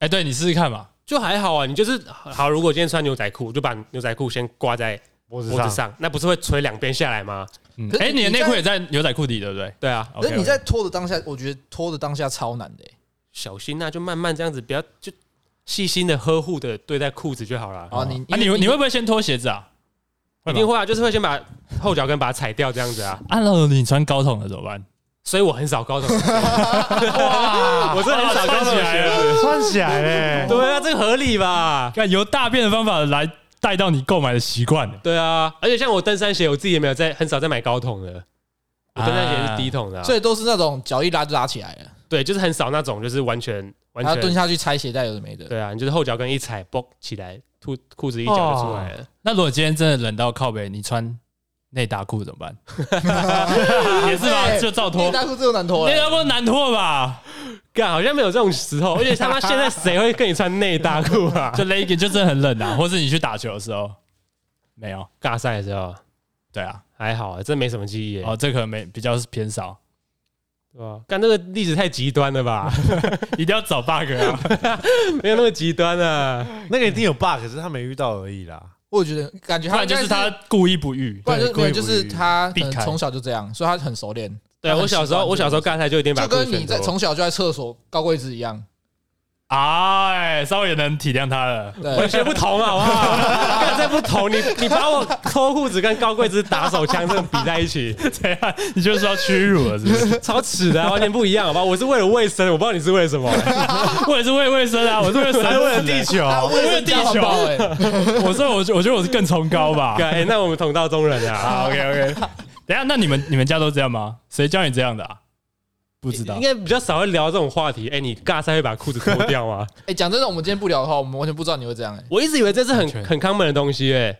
[SPEAKER 1] 哎、对你试试看嘛，
[SPEAKER 4] 就还好啊。你就是好，如果今天穿牛仔裤，就把牛仔裤先挂在
[SPEAKER 2] 脖子
[SPEAKER 4] 脖子
[SPEAKER 2] 上，
[SPEAKER 4] 上，那不是会垂两边下来吗？
[SPEAKER 1] 嗯
[SPEAKER 3] 可，是
[SPEAKER 1] 哎、
[SPEAKER 3] 你
[SPEAKER 1] 你的内裤
[SPEAKER 3] 在
[SPEAKER 1] 也在牛仔裤底，对不对
[SPEAKER 4] 对啊，
[SPEAKER 1] ？OK，
[SPEAKER 3] 可是你在拖的当下，我觉得拖的当下超难的、欸。
[SPEAKER 4] 小心啊，就慢慢这样子，不要就细心的呵护的对待裤子就好了。
[SPEAKER 3] 啊，你
[SPEAKER 1] 啊，你你会不会先脱鞋子啊？
[SPEAKER 4] 一定会啊，就是会先把后脚跟把它踩掉这样子啊。
[SPEAKER 1] 按照你穿高筒的怎么办？
[SPEAKER 4] 所以我很少高筒，哇，我是很少高筒
[SPEAKER 1] 穿起来
[SPEAKER 4] 鞋。
[SPEAKER 2] 穿起 来嘞，
[SPEAKER 4] 啊对啊，这个合理吧？
[SPEAKER 1] 看由大便的方法来带到你购买的习惯、欸
[SPEAKER 4] 对啊，而且像我登山鞋，我自己也没有在很少在买高筒的，我登山鞋是低筒的啊、
[SPEAKER 3] 所以都是那种脚一拉就拉起来了，
[SPEAKER 4] 对，就是很少那种，就是完全完
[SPEAKER 3] 然后蹲
[SPEAKER 4] 全
[SPEAKER 3] 下去拆鞋带有的没的。
[SPEAKER 4] 对啊，你就是后脚跟一踩，嘣起来，裤裤子一脚就出来了。
[SPEAKER 1] 那如果今天真的冷到靠北，你穿内搭裤怎么办？也
[SPEAKER 4] 啊
[SPEAKER 1] 是吧，
[SPEAKER 3] 对
[SPEAKER 1] 就照
[SPEAKER 3] 内
[SPEAKER 1] 脱。
[SPEAKER 3] 搭裤这种难脱
[SPEAKER 1] 内
[SPEAKER 3] 嘞，
[SPEAKER 1] 搭裤难脱吧？
[SPEAKER 4] 干，好像没有这种时候，而且他妈现在谁会跟你穿内搭裤 啊？
[SPEAKER 1] 就 legging 就真的很冷啊， 或是你去打球的时候，没有。
[SPEAKER 4] 尬赛的时候
[SPEAKER 1] 对啊，
[SPEAKER 4] 还好、啊，真没什么记忆耶、
[SPEAKER 1] 哦，这可能没比较偏少，
[SPEAKER 4] 对吧、干这个例子太极端了 吧？
[SPEAKER 1] 一定要找 bug 啊。
[SPEAKER 4] 没有那么极端啊。
[SPEAKER 2] 那个一定有 bug，可是他没遇到而已啦。
[SPEAKER 3] 我觉得感觉
[SPEAKER 1] 不然
[SPEAKER 3] 他应
[SPEAKER 1] 就
[SPEAKER 3] 该
[SPEAKER 1] 是他，故意不遇。
[SPEAKER 3] 不然就
[SPEAKER 2] 对
[SPEAKER 3] 没有
[SPEAKER 2] 故意
[SPEAKER 3] 就
[SPEAKER 2] 不
[SPEAKER 3] 是
[SPEAKER 2] 遇
[SPEAKER 3] 他可能
[SPEAKER 1] 避开
[SPEAKER 3] 从小就这样，所以他很熟练。
[SPEAKER 4] 对我小时候，我小时候尬赛就一定把
[SPEAKER 3] 就
[SPEAKER 4] 裤子
[SPEAKER 3] 跟
[SPEAKER 4] 全
[SPEAKER 3] 你在
[SPEAKER 4] 脱
[SPEAKER 3] 从小就在厕所高位置一样，
[SPEAKER 1] 哎，稍微也能体谅他了。
[SPEAKER 4] 完
[SPEAKER 3] 对，
[SPEAKER 4] 全不同，好不 好？干这不同，你你把我脱裤子跟高贵子打手枪这种比在一起，
[SPEAKER 1] 怎样？啊你就是要屈辱了，是不 是？
[SPEAKER 4] 超耻的啊、完全不一样，好吧？我是为了卫生，我不知道你是为了 什么、
[SPEAKER 1] 我也是为卫 生啊，我是为了神，为了地球，我为了地球。
[SPEAKER 3] 哎，
[SPEAKER 1] 我说我我觉得我是更崇高 吧。
[SPEAKER 4] 干哎、那我们同道中人 啊，
[SPEAKER 1] 好，OK OK。等一下，那你们你们家都这样吗？谁教你这样的啊？不知道
[SPEAKER 4] 应。该比较少会聊这种话题。哎、你尬赛会把裤子脱掉吗？
[SPEAKER 3] 哎，讲真的，我们今天不聊的话，我们完全不知道你会这样哎。
[SPEAKER 4] 我一直以为这是
[SPEAKER 1] 完
[SPEAKER 4] 很
[SPEAKER 1] 全
[SPEAKER 4] 很 common 的东西、哎，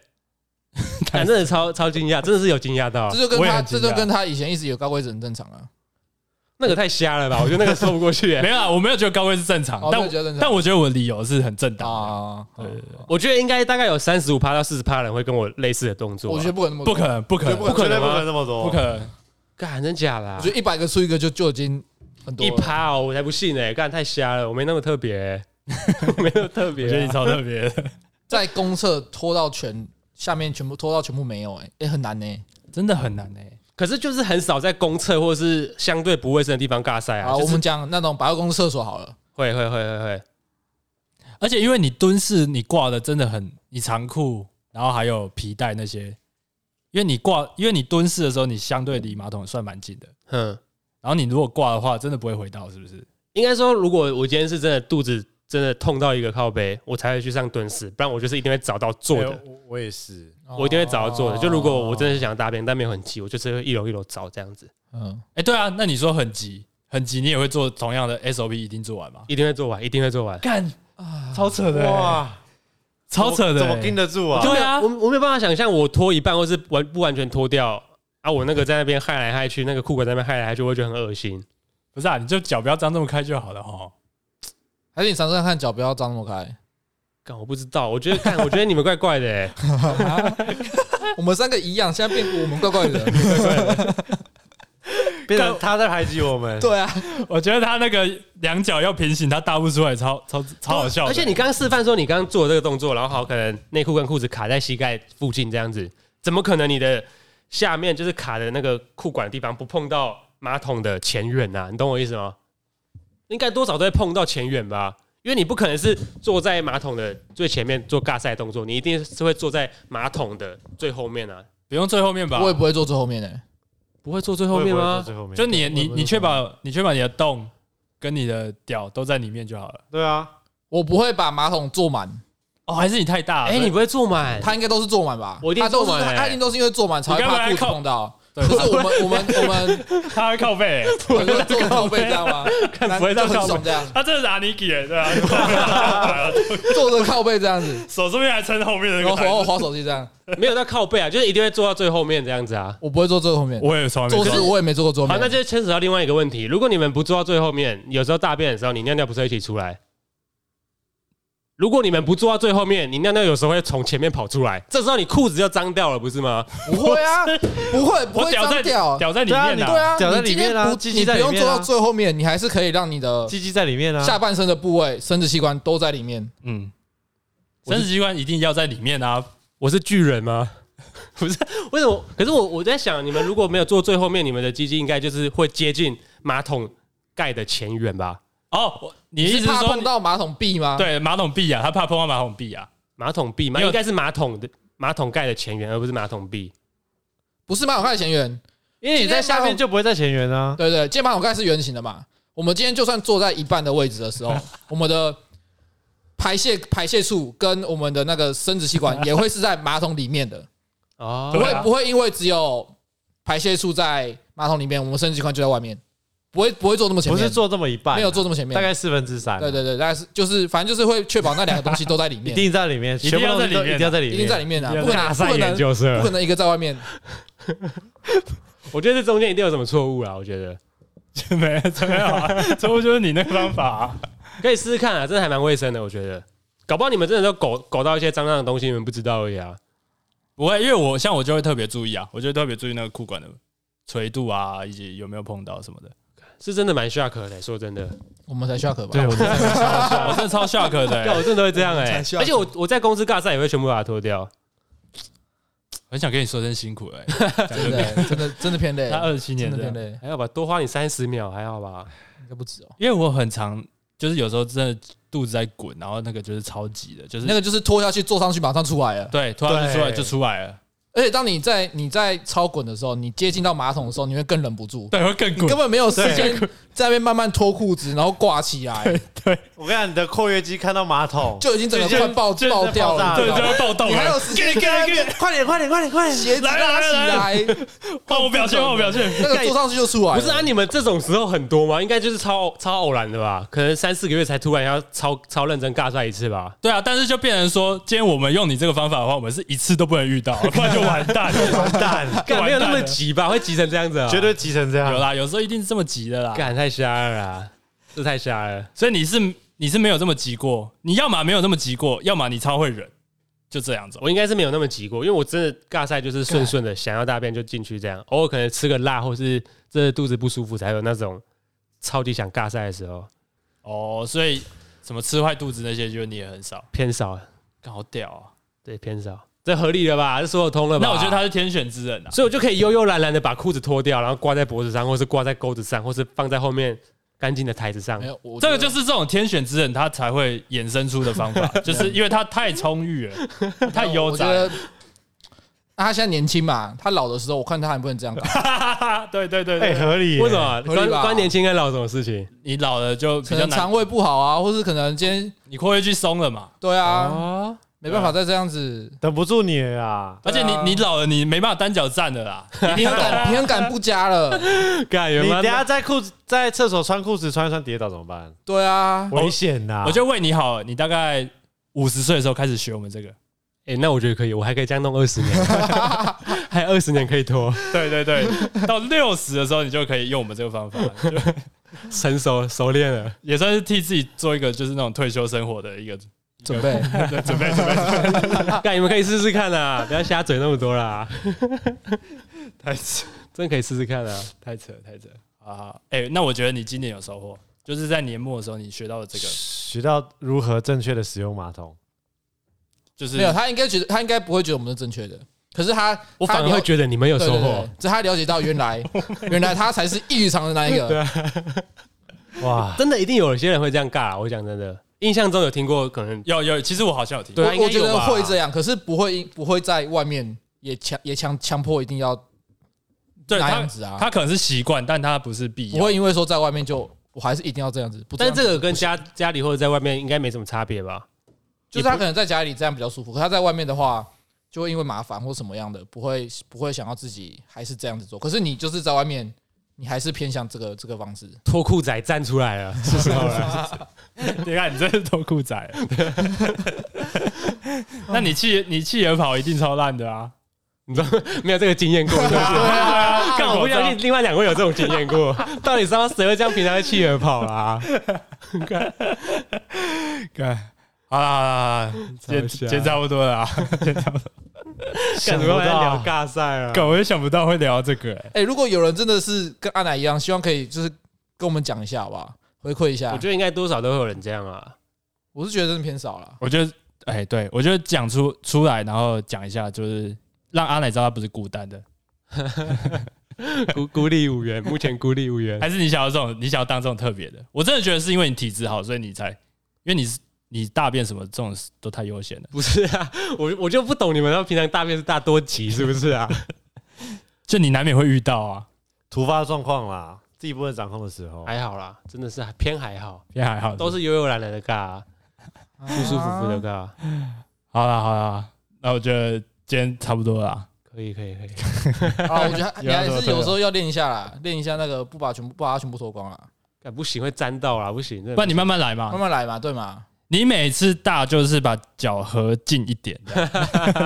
[SPEAKER 4] 反正超超惊讶，真的是有惊讶到
[SPEAKER 3] 这。就跟
[SPEAKER 1] 我也
[SPEAKER 3] 他，
[SPEAKER 1] 很惊
[SPEAKER 3] 这
[SPEAKER 1] 讶
[SPEAKER 3] 就跟他以前一直有高位置很正常啊。
[SPEAKER 4] 那个太瞎了吧？我觉得那个说不过去、 欸。
[SPEAKER 1] 没有啊，我没有觉得高贵是正常
[SPEAKER 3] 哦，
[SPEAKER 1] 但
[SPEAKER 3] 没有觉得正
[SPEAKER 1] 我
[SPEAKER 3] 常
[SPEAKER 1] 但我觉得我的理由是很正当的，
[SPEAKER 3] 啊，
[SPEAKER 1] 对对
[SPEAKER 4] 我觉得应该大概有三十五趴到四十趴人会跟我类似的动作、啊。
[SPEAKER 3] 我觉得不可能那么
[SPEAKER 1] 不
[SPEAKER 3] 多，
[SPEAKER 1] 可能，不可能，
[SPEAKER 3] 我觉得不
[SPEAKER 2] 绝对
[SPEAKER 4] 能
[SPEAKER 2] 不
[SPEAKER 4] 吗
[SPEAKER 2] 可能这么多，
[SPEAKER 1] 不可能，
[SPEAKER 4] 干真假啦、
[SPEAKER 3] 我觉得一百个出一个就就已经很多
[SPEAKER 4] 一
[SPEAKER 3] 了。
[SPEAKER 4] 趴哦，我才不信哎、干太瞎了，我没那么特别、欸，我没那么特
[SPEAKER 1] 我觉得
[SPEAKER 4] 别、
[SPEAKER 1] 你
[SPEAKER 4] 啊。
[SPEAKER 1] 超特别的，
[SPEAKER 3] 在公厕拖到全下面全部拖到全部没有、欸，哎、很难呢、
[SPEAKER 1] 真的很难欸诶。
[SPEAKER 4] 可是就是很少在公厕或是相对不卫生的地方尬赛啊。
[SPEAKER 3] 好，
[SPEAKER 4] 就
[SPEAKER 3] 我
[SPEAKER 4] 是
[SPEAKER 3] 们讲那种百货公司厕所好了，
[SPEAKER 4] 会会会会会，
[SPEAKER 1] 而且因为你蹲式，你挂的真的很，你长裤，然后还有皮带那些，因为你挂，因为你蹲式的时候，你相对离马桶算蛮近的，
[SPEAKER 4] 嗯，
[SPEAKER 1] 然后你如果挂的话，真的不会回到，是不是？
[SPEAKER 4] 应该说，如果我今天是真的肚子真的痛到一个靠背，我才会去上蹲式，不然我就是一定会找到坐的
[SPEAKER 2] 哎，我我也是，
[SPEAKER 4] 我一定会找到坐
[SPEAKER 3] 哦
[SPEAKER 4] 的。就如
[SPEAKER 1] 哦
[SPEAKER 4] 果我真的
[SPEAKER 3] 的，
[SPEAKER 4] 是想大便，但没有很急，我就是会一楼一楼找这样子，
[SPEAKER 3] 嗯，
[SPEAKER 1] 哎，对啊，那你说很急，很急，你也会做同样的 SOP，一定做完吗？
[SPEAKER 4] 一定会做完，一定会做完。
[SPEAKER 1] 干，超扯的欸，
[SPEAKER 2] 啊哇，
[SPEAKER 1] 超扯的欸，
[SPEAKER 2] 怎么盯得住啊？
[SPEAKER 1] 对啊
[SPEAKER 4] 我我没有办法想象我脱一半或是完不完全脱掉啊，我那个在那边害来害去，那个裤管在那边害来害去，我会觉得很恶心。
[SPEAKER 1] 不是啊，你就脚不要张这么开就好了哦哈。
[SPEAKER 3] 还是你尝试看看脚不要张那么开。
[SPEAKER 4] 干，我不知道，我觉得干，我觉得你们怪怪的、欸，
[SPEAKER 3] 我们三个一样，现在变我们怪怪的。
[SPEAKER 2] 变成他在排挤我们，
[SPEAKER 3] 对啊，
[SPEAKER 1] 我觉得他那个两脚要平行，他大不出来，超超超好笑的。
[SPEAKER 4] 啊而且你刚刚示范说你刚刚做的这个动作，然后好可能内裤跟裤子卡在膝盖附近这样子，怎么可能你的下面就是卡的那个裤管的地方不碰到马桶的前缘呐、啊？你懂我意思吗？应该多少都会碰到前缘吧，因为你不可能是坐在马桶的最前面做尬赛动作，你一定是会坐在马桶的最后面啊。
[SPEAKER 1] 不用最后面吧
[SPEAKER 3] 我？也不会坐最后面的、
[SPEAKER 4] 不会坐最
[SPEAKER 2] 我
[SPEAKER 4] 后
[SPEAKER 2] 也
[SPEAKER 4] 面
[SPEAKER 2] 不会坐
[SPEAKER 4] 吗？
[SPEAKER 2] 最后面
[SPEAKER 1] 就你你
[SPEAKER 3] 我
[SPEAKER 1] 你确保你确保你的洞跟你的屌都在里面就好了。
[SPEAKER 2] 对啊，
[SPEAKER 3] 我不会把马桶坐满，
[SPEAKER 1] 哦，还是你太大了？
[SPEAKER 4] 哎，你不会坐 满？
[SPEAKER 3] 他应该都是坐满吧？
[SPEAKER 4] 我一定
[SPEAKER 3] 他都是
[SPEAKER 4] 坐满欸
[SPEAKER 3] 他一定都是因为坐满才会
[SPEAKER 1] 你干嘛
[SPEAKER 3] 怕
[SPEAKER 1] 来
[SPEAKER 3] 裤子
[SPEAKER 1] 靠
[SPEAKER 3] 碰到。
[SPEAKER 1] 对
[SPEAKER 3] 不是我们我们我们
[SPEAKER 1] 他会靠背，
[SPEAKER 3] 我们坐后背这样吗？
[SPEAKER 1] 不会
[SPEAKER 3] 就
[SPEAKER 1] 到靠
[SPEAKER 3] 很
[SPEAKER 1] 背
[SPEAKER 3] 爽这样，
[SPEAKER 1] 他真的是阿尼基耶，对啊 吧？
[SPEAKER 3] 坐着靠背这样 子，
[SPEAKER 1] 手这边还撑后面的那
[SPEAKER 3] 然后
[SPEAKER 1] 个
[SPEAKER 3] 滑滑
[SPEAKER 1] 台子。
[SPEAKER 3] 滑手机这样。
[SPEAKER 4] 没有到靠背啊，就是一定会坐到最后面这样子啊。
[SPEAKER 3] 我不会坐最后面，
[SPEAKER 1] 我也从来没
[SPEAKER 3] 做
[SPEAKER 1] 看
[SPEAKER 3] 事
[SPEAKER 1] 过。
[SPEAKER 3] 我也没做过桌
[SPEAKER 4] 好，
[SPEAKER 3] 面。
[SPEAKER 4] 那就牵扯到另外一个问题。如果你们不做到最后面，有时候大便的时候，你尿尿不是会一起出来？如果你们不做到最后面，你尿尿有时候会从前面跑出来，这时候你裤子就脏掉了，不是吗？
[SPEAKER 3] 不会啊，不会不
[SPEAKER 1] 我
[SPEAKER 3] 会
[SPEAKER 1] 屌
[SPEAKER 3] 脏
[SPEAKER 1] 在
[SPEAKER 3] 掉。
[SPEAKER 1] 屌在里
[SPEAKER 2] 对啊
[SPEAKER 1] 面
[SPEAKER 2] 你
[SPEAKER 1] 呐
[SPEAKER 3] 对。啊，
[SPEAKER 2] 屌在
[SPEAKER 3] 你今
[SPEAKER 2] 里面
[SPEAKER 3] 天
[SPEAKER 2] 啊
[SPEAKER 3] 不
[SPEAKER 2] 鸡鸡
[SPEAKER 3] 你不
[SPEAKER 2] 在里
[SPEAKER 3] 用
[SPEAKER 2] 面
[SPEAKER 3] 坐
[SPEAKER 2] 啊
[SPEAKER 3] 到最后面，你还是可以让你的
[SPEAKER 2] 鸡鸡在里面啊，
[SPEAKER 3] 下半身的部位、生殖器官都在里面。
[SPEAKER 1] 嗯，生殖器官一定要在里面啊。
[SPEAKER 4] 我是巨人吗？ 不是，为什么？可是我我在想，你们如果没有做最后面，你们的鸡鸡应该就是会接近马桶盖的前缘吧？
[SPEAKER 1] 哦，我你的意思
[SPEAKER 3] 是
[SPEAKER 1] 是
[SPEAKER 3] 怕
[SPEAKER 1] 说
[SPEAKER 3] 碰到马桶壁吗？，
[SPEAKER 1] 对马桶壁啊？他怕碰到马桶壁啊？
[SPEAKER 4] 马桶壁吗？
[SPEAKER 1] 没有
[SPEAKER 4] 应该是马桶的马桶盖的前缘，而不是马桶壁。
[SPEAKER 3] 不是马桶盖的前缘。
[SPEAKER 2] 因为你在下
[SPEAKER 3] 今天马
[SPEAKER 2] 面
[SPEAKER 3] 桶
[SPEAKER 2] 就不会在前缘啊，
[SPEAKER 3] 对对，今天马桶盖是圆形的嘛？我们今天就算坐在一半的位置的时候，我们的排泄排泄处跟我们的那个生殖器官也会是在马桶里面的，
[SPEAKER 4] 哦
[SPEAKER 3] 不
[SPEAKER 1] 对
[SPEAKER 3] 会
[SPEAKER 1] 啊
[SPEAKER 3] 不会因为只有排泄处在马桶里面，我们生殖器官就在外面，不会不会坐那么前
[SPEAKER 2] 不
[SPEAKER 3] 面，
[SPEAKER 2] 是做这么一半，
[SPEAKER 3] 没有坐这么前面，
[SPEAKER 2] 大概四分之三，
[SPEAKER 3] 对对对，大概是就是反正就是会确保那两个东西都在里
[SPEAKER 2] 一
[SPEAKER 3] 面，
[SPEAKER 2] 定在里面，
[SPEAKER 1] 一定
[SPEAKER 2] 全部
[SPEAKER 1] 要在
[SPEAKER 2] 东西都
[SPEAKER 1] 里面
[SPEAKER 2] 一定要在里面，
[SPEAKER 3] 一定在里面啊，
[SPEAKER 1] 一定
[SPEAKER 3] 不
[SPEAKER 1] 要
[SPEAKER 3] 可能不可能
[SPEAKER 4] 究
[SPEAKER 3] 不
[SPEAKER 4] 社
[SPEAKER 3] 可能一个在外面，
[SPEAKER 4] 我觉得这中间一定有什么错误啦，啊我觉得。
[SPEAKER 1] 没没有啊， 这不就是你那个方法啊？
[SPEAKER 4] 可以试试看啊，真的还蛮卫生的，我觉得。搞不好你们真的都狗狗到一些脏脏的东西，你们不知道而已啊。
[SPEAKER 1] 不会，因为我像我就会特别注意啊，我就会特别注意那个裤管的垂度啊，以及有没有碰到什么的。
[SPEAKER 4] 是真的蛮 shock 的，说真的，
[SPEAKER 3] 我们才需要可吧？
[SPEAKER 2] 对，我真的
[SPEAKER 1] 我真的超 shock 的 欸、
[SPEAKER 4] 对我真的都会这样哎、
[SPEAKER 3] 蛮 shock 的
[SPEAKER 4] 而且我我在公司尬赛也会全部把它脱掉。
[SPEAKER 1] 很想跟你说声辛苦了欸、
[SPEAKER 3] 真的真的真的偏累
[SPEAKER 1] 他，二十七年
[SPEAKER 3] 真的
[SPEAKER 1] 的
[SPEAKER 3] 偏，累，
[SPEAKER 4] 还好吧，多花你三十秒还好吧？
[SPEAKER 3] 应该不止哦。
[SPEAKER 1] 因为我很常就是有时候真的肚子在滚，然后那个就是超级的，就是
[SPEAKER 3] 那个就是拖下去，坐上去马上出来了。
[SPEAKER 1] 对，突然就出来
[SPEAKER 4] 对
[SPEAKER 1] 就出来了，
[SPEAKER 3] 而且当你在你在超滚的时候，你接近到马桶的时候，你会更忍不住，
[SPEAKER 1] 对，会更
[SPEAKER 3] 你根
[SPEAKER 1] 滚。
[SPEAKER 3] 本没有时间在那边慢慢脱裤子，然后挂起来，
[SPEAKER 2] 我跟你讲，你的括约肌看到马桶，
[SPEAKER 3] 就已经整个快爆
[SPEAKER 2] 就就
[SPEAKER 3] 爆掉了，
[SPEAKER 2] 就
[SPEAKER 1] 对，
[SPEAKER 3] 你
[SPEAKER 1] 就
[SPEAKER 3] 知道吗
[SPEAKER 1] 要暴动
[SPEAKER 3] 你还有
[SPEAKER 1] 了，
[SPEAKER 3] 时间在那边
[SPEAKER 2] 快点快点快点快点！
[SPEAKER 3] 鞋子拉起来，
[SPEAKER 1] 换我表现，换我表现。
[SPEAKER 3] 那个坐上去就出来
[SPEAKER 4] 不
[SPEAKER 3] 了。
[SPEAKER 4] 是啊，你们这种时候很多吗？应该就是超超偶然的吧？可能三四个月才突然要超超认真尬赛一次吧？
[SPEAKER 1] 对啊，但是就变成说，今天我们用你这个方法的话，我们是一次都不能遇到，不然就无完蛋了，完蛋了，
[SPEAKER 4] 干没有那么
[SPEAKER 1] 完蛋了
[SPEAKER 4] 急吧？会急成这样子啊？
[SPEAKER 2] 绝对急成这样
[SPEAKER 1] 有。啦，有时候一定是这么急的啦。
[SPEAKER 4] 干太瞎了啦，这太瞎了。
[SPEAKER 1] 所以你是你是没有这么急过，你要么没有这么急过，要么你超会忍，就这样子。
[SPEAKER 4] 我应该是没有那么急过，因为我真的尬赛就是顺顺的，想要大便就进去这样，偶尔可能吃个辣，或是真的肚子不舒服才有那种超级想尬赛的时候，
[SPEAKER 1] 哦，所以什么吃坏肚子那些，就你也很少，
[SPEAKER 4] 偏少，
[SPEAKER 1] 干好屌啊！
[SPEAKER 4] 对，偏少，这合理了吧？这说得通了吧？
[SPEAKER 1] 那我觉得他是天选之人啊。
[SPEAKER 4] 所以我就可以悠悠然然的把裤子脱掉，然后挂在脖子上，或是挂在钩子上，或是放在后面干净的台子上
[SPEAKER 3] 没。有，我
[SPEAKER 1] 这个
[SPEAKER 3] 觉
[SPEAKER 1] 就
[SPEAKER 3] 得
[SPEAKER 1] 是这种天选之人，他才会衍生出的方 法，就是因为他太充裕了，太悠
[SPEAKER 3] 我
[SPEAKER 1] 哉
[SPEAKER 3] 觉
[SPEAKER 1] 了。
[SPEAKER 3] 得那他现在年轻嘛，他老的时候，我看他还不能这样搞，
[SPEAKER 1] 对对对
[SPEAKER 2] 哎，
[SPEAKER 1] 对，
[SPEAKER 2] 合理耶。
[SPEAKER 4] 为什么
[SPEAKER 3] 合理
[SPEAKER 4] 关
[SPEAKER 3] 吧
[SPEAKER 4] 关年轻跟老什么事情？
[SPEAKER 1] 你老了就比
[SPEAKER 3] 可
[SPEAKER 1] 较
[SPEAKER 3] 能
[SPEAKER 1] 难
[SPEAKER 3] 肠，胃不好啊，或是可能今天
[SPEAKER 1] 你括约肌松了嘛，
[SPEAKER 3] 对啊，
[SPEAKER 4] 哦，
[SPEAKER 3] 没办法再这样子。
[SPEAKER 2] 等不住你了啊！
[SPEAKER 1] 而且
[SPEAKER 3] 对啊
[SPEAKER 1] 你你老了，你没办法单脚站了啦。
[SPEAKER 3] 平衡感，平衡感不佳了，
[SPEAKER 4] 干有
[SPEAKER 2] 你
[SPEAKER 4] 没有？
[SPEAKER 2] 等下在裤子在厕所穿裤子穿一穿跌倒怎么办？
[SPEAKER 3] 对 啊，
[SPEAKER 2] 危险呐！
[SPEAKER 1] 我就为你好，你大概五十岁的时候开始学我们 这个。
[SPEAKER 4] 哎、那我觉得可以，我还可以这样弄二十年， 还有二十年可以拖，
[SPEAKER 1] 对对对，到六十的时候你就可以用我们这个方法，就
[SPEAKER 4] 成熟熟练了。
[SPEAKER 1] 也算是替自己做一个就是那种退休生活的一个
[SPEAKER 3] 准备
[SPEAKER 1] 对准备准备。
[SPEAKER 4] 干，你们可以试试看啊，不要瞎嘴那么多啦， 太扯，真可以试试看啊，太扯太扯。
[SPEAKER 1] 啊，哎、那我觉得你今年有收获，就是在年末的时候你学到了这个，
[SPEAKER 2] 学到如何正确的使用马桶。
[SPEAKER 1] 就是
[SPEAKER 3] 没有，他应该觉得他应该不会觉得我们是正确的，可是他
[SPEAKER 4] 我反而
[SPEAKER 3] 他了
[SPEAKER 4] 会觉得你们有
[SPEAKER 3] 对
[SPEAKER 4] 收
[SPEAKER 3] 对
[SPEAKER 4] 获
[SPEAKER 3] 对，，这他了解到 原来原来他才是异于常人的那一个，
[SPEAKER 4] 啊
[SPEAKER 2] 哇，
[SPEAKER 4] 真的一定有些人会这样尬啊、我讲真的，印象中有听过，可能
[SPEAKER 1] 有有，其实我好像有听过，
[SPEAKER 4] 对啊应该
[SPEAKER 3] 我我觉
[SPEAKER 4] 有
[SPEAKER 3] 得
[SPEAKER 4] 吧
[SPEAKER 3] 会这样，可是不会不会在外面也强也强强迫一定要
[SPEAKER 1] 对
[SPEAKER 3] 那
[SPEAKER 1] 他
[SPEAKER 3] 样子啊，
[SPEAKER 1] 他可能是习惯，但他不是必
[SPEAKER 3] 不
[SPEAKER 1] 要
[SPEAKER 3] 会。因为说在外面就我还是一定要这样子，不
[SPEAKER 4] 但
[SPEAKER 3] 样
[SPEAKER 4] 这个跟家家里或者在外面应该没什么差别吧？
[SPEAKER 3] 就是他可能在家里这样比较舒服，可他在外面的话就会因为麻烦或什么样的，不会不会想要自己还是这样子做。可是你就是在外面，你还是偏向这个这个方式。
[SPEAKER 4] 脱裤仔站出来了， 是啊时候了。
[SPEAKER 1] 你看，你真是偷裤仔。哦那你气你气也跑一定超烂的啊！
[SPEAKER 4] 你知道没有这个经验 过，是不是？看我不相信另外两位有这种经验 过，到底知道谁会这样平常弃儿跑啊啦？
[SPEAKER 1] 看，好啦好啦，好啦
[SPEAKER 4] 超
[SPEAKER 1] 也
[SPEAKER 4] 瞎
[SPEAKER 1] 也差不多了 啊。
[SPEAKER 4] 干什么在聊尬赛啊？
[SPEAKER 1] 狗我也想不到会聊到这个、欸，
[SPEAKER 3] 哎、如果有人真的是跟阿奶一样，希望可以就是跟我们讲一下好不好？回馈一下。
[SPEAKER 4] 我
[SPEAKER 3] 我
[SPEAKER 4] 觉得应该多少都会有人这样啊。
[SPEAKER 3] 是觉得真的偏少了。
[SPEAKER 1] 我觉得，哎、对我觉得讲出出来，然后讲一下，就是让阿奶知道他不是孤单的。
[SPEAKER 4] 孤孤立无援，目前孤立无援。
[SPEAKER 1] 还是你想要这种，你想要当这种特别的？我真的觉得是因为你体质好，所以你才，因为你是你大便什么这种都太悠闲了，
[SPEAKER 4] 不是啊，我我就不懂你们那平常大便是大多急是不是 啊？
[SPEAKER 1] 就你难免会遇到啊，
[SPEAKER 2] 突发状况啦，自己不能掌控的时候，
[SPEAKER 4] 还好啦，真的是偏还好，
[SPEAKER 1] 也还好。
[SPEAKER 4] 都是悠悠然然的尬、啊，舒舒服服的尬、啊。
[SPEAKER 1] 好啦好啦，那我觉得今天差不多了啊。
[SPEAKER 4] 可以可以可以，
[SPEAKER 3] 啊，我觉得你
[SPEAKER 1] 有啊
[SPEAKER 3] 还
[SPEAKER 1] 有啊
[SPEAKER 3] 是有时候要练一下啦，练一下那个不把全部不把它全部脱光啦，
[SPEAKER 4] 干不行会沾到啦，不行。真的
[SPEAKER 1] 不然你
[SPEAKER 4] 行
[SPEAKER 1] 慢慢来
[SPEAKER 3] 慢
[SPEAKER 1] 嘛，
[SPEAKER 3] 慢来嘛，对嘛？
[SPEAKER 1] 你每次大就是把脚合近一点这样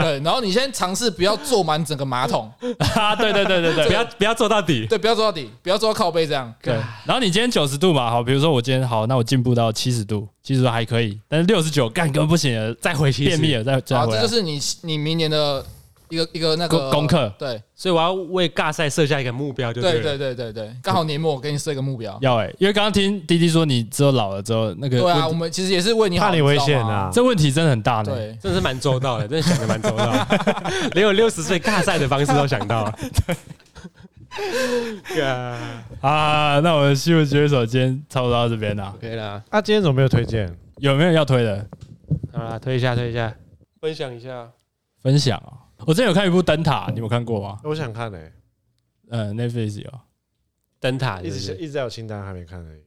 [SPEAKER 3] 对，然后你先尝试不要坐满整个马桶，
[SPEAKER 1] 啊，对对对对对，
[SPEAKER 4] 不要不要做到底。
[SPEAKER 3] 对，不要坐到底，不要坐到靠背这样。
[SPEAKER 1] 对，然后你今天九十度嘛，好，比如说我今天好，那我进步到七十度，七十度还可以，但是六十九干根本不行了，
[SPEAKER 4] 再回去
[SPEAKER 1] 便秘了，再再
[SPEAKER 3] 好，
[SPEAKER 1] 回
[SPEAKER 3] 这
[SPEAKER 4] 哦
[SPEAKER 1] 来
[SPEAKER 3] 就。是你你明年的一个一个那个
[SPEAKER 1] 功功课
[SPEAKER 3] 对
[SPEAKER 4] 所以我要为尬赛设下一个目标就
[SPEAKER 3] 对
[SPEAKER 4] 了。
[SPEAKER 3] 对对对对，刚好年末我给你设一个目标。
[SPEAKER 1] 要哎、因为刚刚听滴滴说你之后老了之后那个
[SPEAKER 3] 对啊，
[SPEAKER 1] 问
[SPEAKER 3] 我们其实也是为你好，
[SPEAKER 2] 怕你危险
[SPEAKER 3] 啊。
[SPEAKER 2] 啊！
[SPEAKER 1] 这问题真的很大呢。
[SPEAKER 3] 对，
[SPEAKER 4] 真的是蛮周到的，真的想的蛮周 到的，连我六十岁尬赛的方式都想到了。对，
[SPEAKER 1] 啊，那我的西部决手今天差不多到这边啦，
[SPEAKER 4] 可以啦，
[SPEAKER 2] 那啊今天怎么没有推荐？
[SPEAKER 1] 有没有要推的
[SPEAKER 4] 好啦，推一下，推一下，分享一下。
[SPEAKER 1] 分享啊、我之前有看一部《灯塔》，你有看过吗？
[SPEAKER 2] 哎我想看欸诶，
[SPEAKER 1] 嗯，Netflix 有，
[SPEAKER 4] 灯塔是
[SPEAKER 2] 一
[SPEAKER 4] 不
[SPEAKER 2] 直
[SPEAKER 4] 是
[SPEAKER 2] 一直在有清单还没看而已。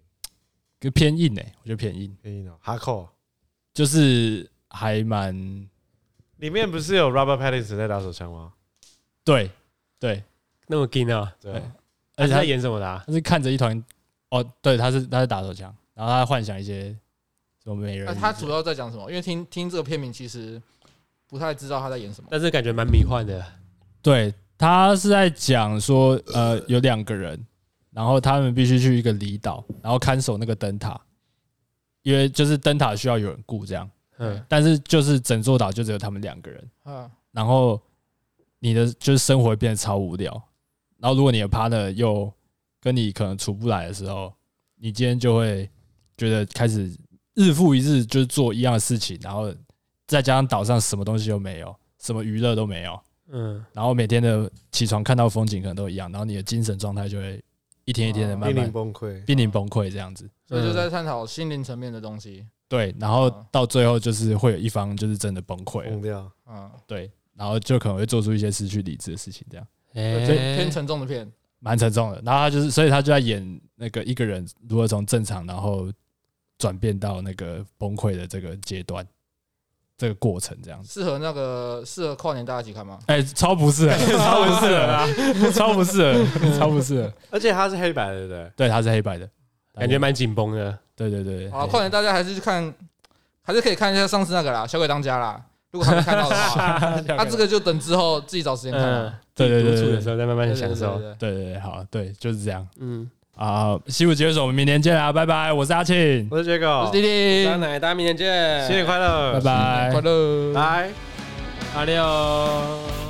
[SPEAKER 1] 就偏硬哎、我觉得偏硬，
[SPEAKER 2] 硬哦，哈扣
[SPEAKER 1] 就是还蛮
[SPEAKER 2] 里面不是有 Robert Pattinson 在打手枪吗？
[SPEAKER 1] 对对，
[SPEAKER 4] 那么劲啊？
[SPEAKER 2] 对啊，
[SPEAKER 1] 而
[SPEAKER 4] 而
[SPEAKER 1] 且
[SPEAKER 4] 且
[SPEAKER 1] 他
[SPEAKER 4] 他演什么的啊？
[SPEAKER 1] 他是看着一团哦，对，他是他是打手枪，然后他幻想一些什么美人
[SPEAKER 3] 那
[SPEAKER 1] 鱼
[SPEAKER 3] 他
[SPEAKER 1] 之类
[SPEAKER 3] 主要在讲什么？因为听听这个片名，其实不太知道他在演什么。
[SPEAKER 4] 但是感觉蛮迷幻的。
[SPEAKER 1] 对他是在讲说，呃，有两个人，然后他们必须去一个离岛，然后看守那个灯塔，因为就是灯塔需要有人顾这样。
[SPEAKER 4] 嗯，
[SPEAKER 1] 但是就是整座岛就只有他们两个人，
[SPEAKER 3] 嗯，
[SPEAKER 1] 然后你的就是生活会变得超无聊。然后如果你的 partner 又跟你可能处不来的时候，你今天就会觉得开始日复一日就是做一样的事情，然后再加上岛上什么东西都没有，什么娱乐都没有，
[SPEAKER 4] 嗯，
[SPEAKER 1] 然后每天的起床看到风景可能都一样，然后你的精神状态就会一天一天的慢
[SPEAKER 2] 濒哦临
[SPEAKER 1] 慢
[SPEAKER 2] 崩溃。
[SPEAKER 1] 濒临崩溃这样子。
[SPEAKER 3] 所以就在探讨心灵层面的东西。
[SPEAKER 1] 对，然后
[SPEAKER 2] 哦
[SPEAKER 1] 到最后就是会有一方就是真的崩溃了
[SPEAKER 2] 疯，掉，
[SPEAKER 3] 嗯，
[SPEAKER 1] 对，然后就可能会做出一些失去理智的事情，这样
[SPEAKER 4] 哎
[SPEAKER 1] 所以
[SPEAKER 3] 偏沉重的片，
[SPEAKER 1] 蛮沉重的。然后他就是，所以他就在演那个一个人如何从正常，然后转变到那个崩溃的这个阶段，这个过程这样子。
[SPEAKER 3] 适合那个适合跨年大家一起看吗？
[SPEAKER 1] 哎、超不适合， 超不适合啊，超不适合，超不适合。
[SPEAKER 2] 而且他是黑白的，对不对？
[SPEAKER 1] 对，他是黑白的，
[SPEAKER 4] 感觉蛮紧绷的。
[SPEAKER 1] 对对对。
[SPEAKER 3] 好了，跨年大家还是去看，还是可以看一下上次那个啦，《小鬼当家》啦。如果还没看到的话，他这个就等之后自己找时间看
[SPEAKER 4] 嗯
[SPEAKER 3] 啦。，
[SPEAKER 1] 对对对
[SPEAKER 4] 自己独处
[SPEAKER 1] 对
[SPEAKER 4] 的时候再慢
[SPEAKER 3] 对
[SPEAKER 4] 慢嗯
[SPEAKER 3] 对
[SPEAKER 4] 享
[SPEAKER 3] 对
[SPEAKER 4] 受。
[SPEAKER 3] 对对
[SPEAKER 1] 对对对，好，对，就是这样
[SPEAKER 4] 嗯，
[SPEAKER 1] 啊。西武解锁，我们明天见啦，啊拜拜！我是阿庆，
[SPEAKER 2] 我是杰
[SPEAKER 3] 我
[SPEAKER 2] 狗
[SPEAKER 3] 是，弟弟，
[SPEAKER 4] 奶，大家明天见
[SPEAKER 2] 新年快乐，
[SPEAKER 1] 拜拜
[SPEAKER 3] 快乐。
[SPEAKER 2] 来。
[SPEAKER 4] 阿六。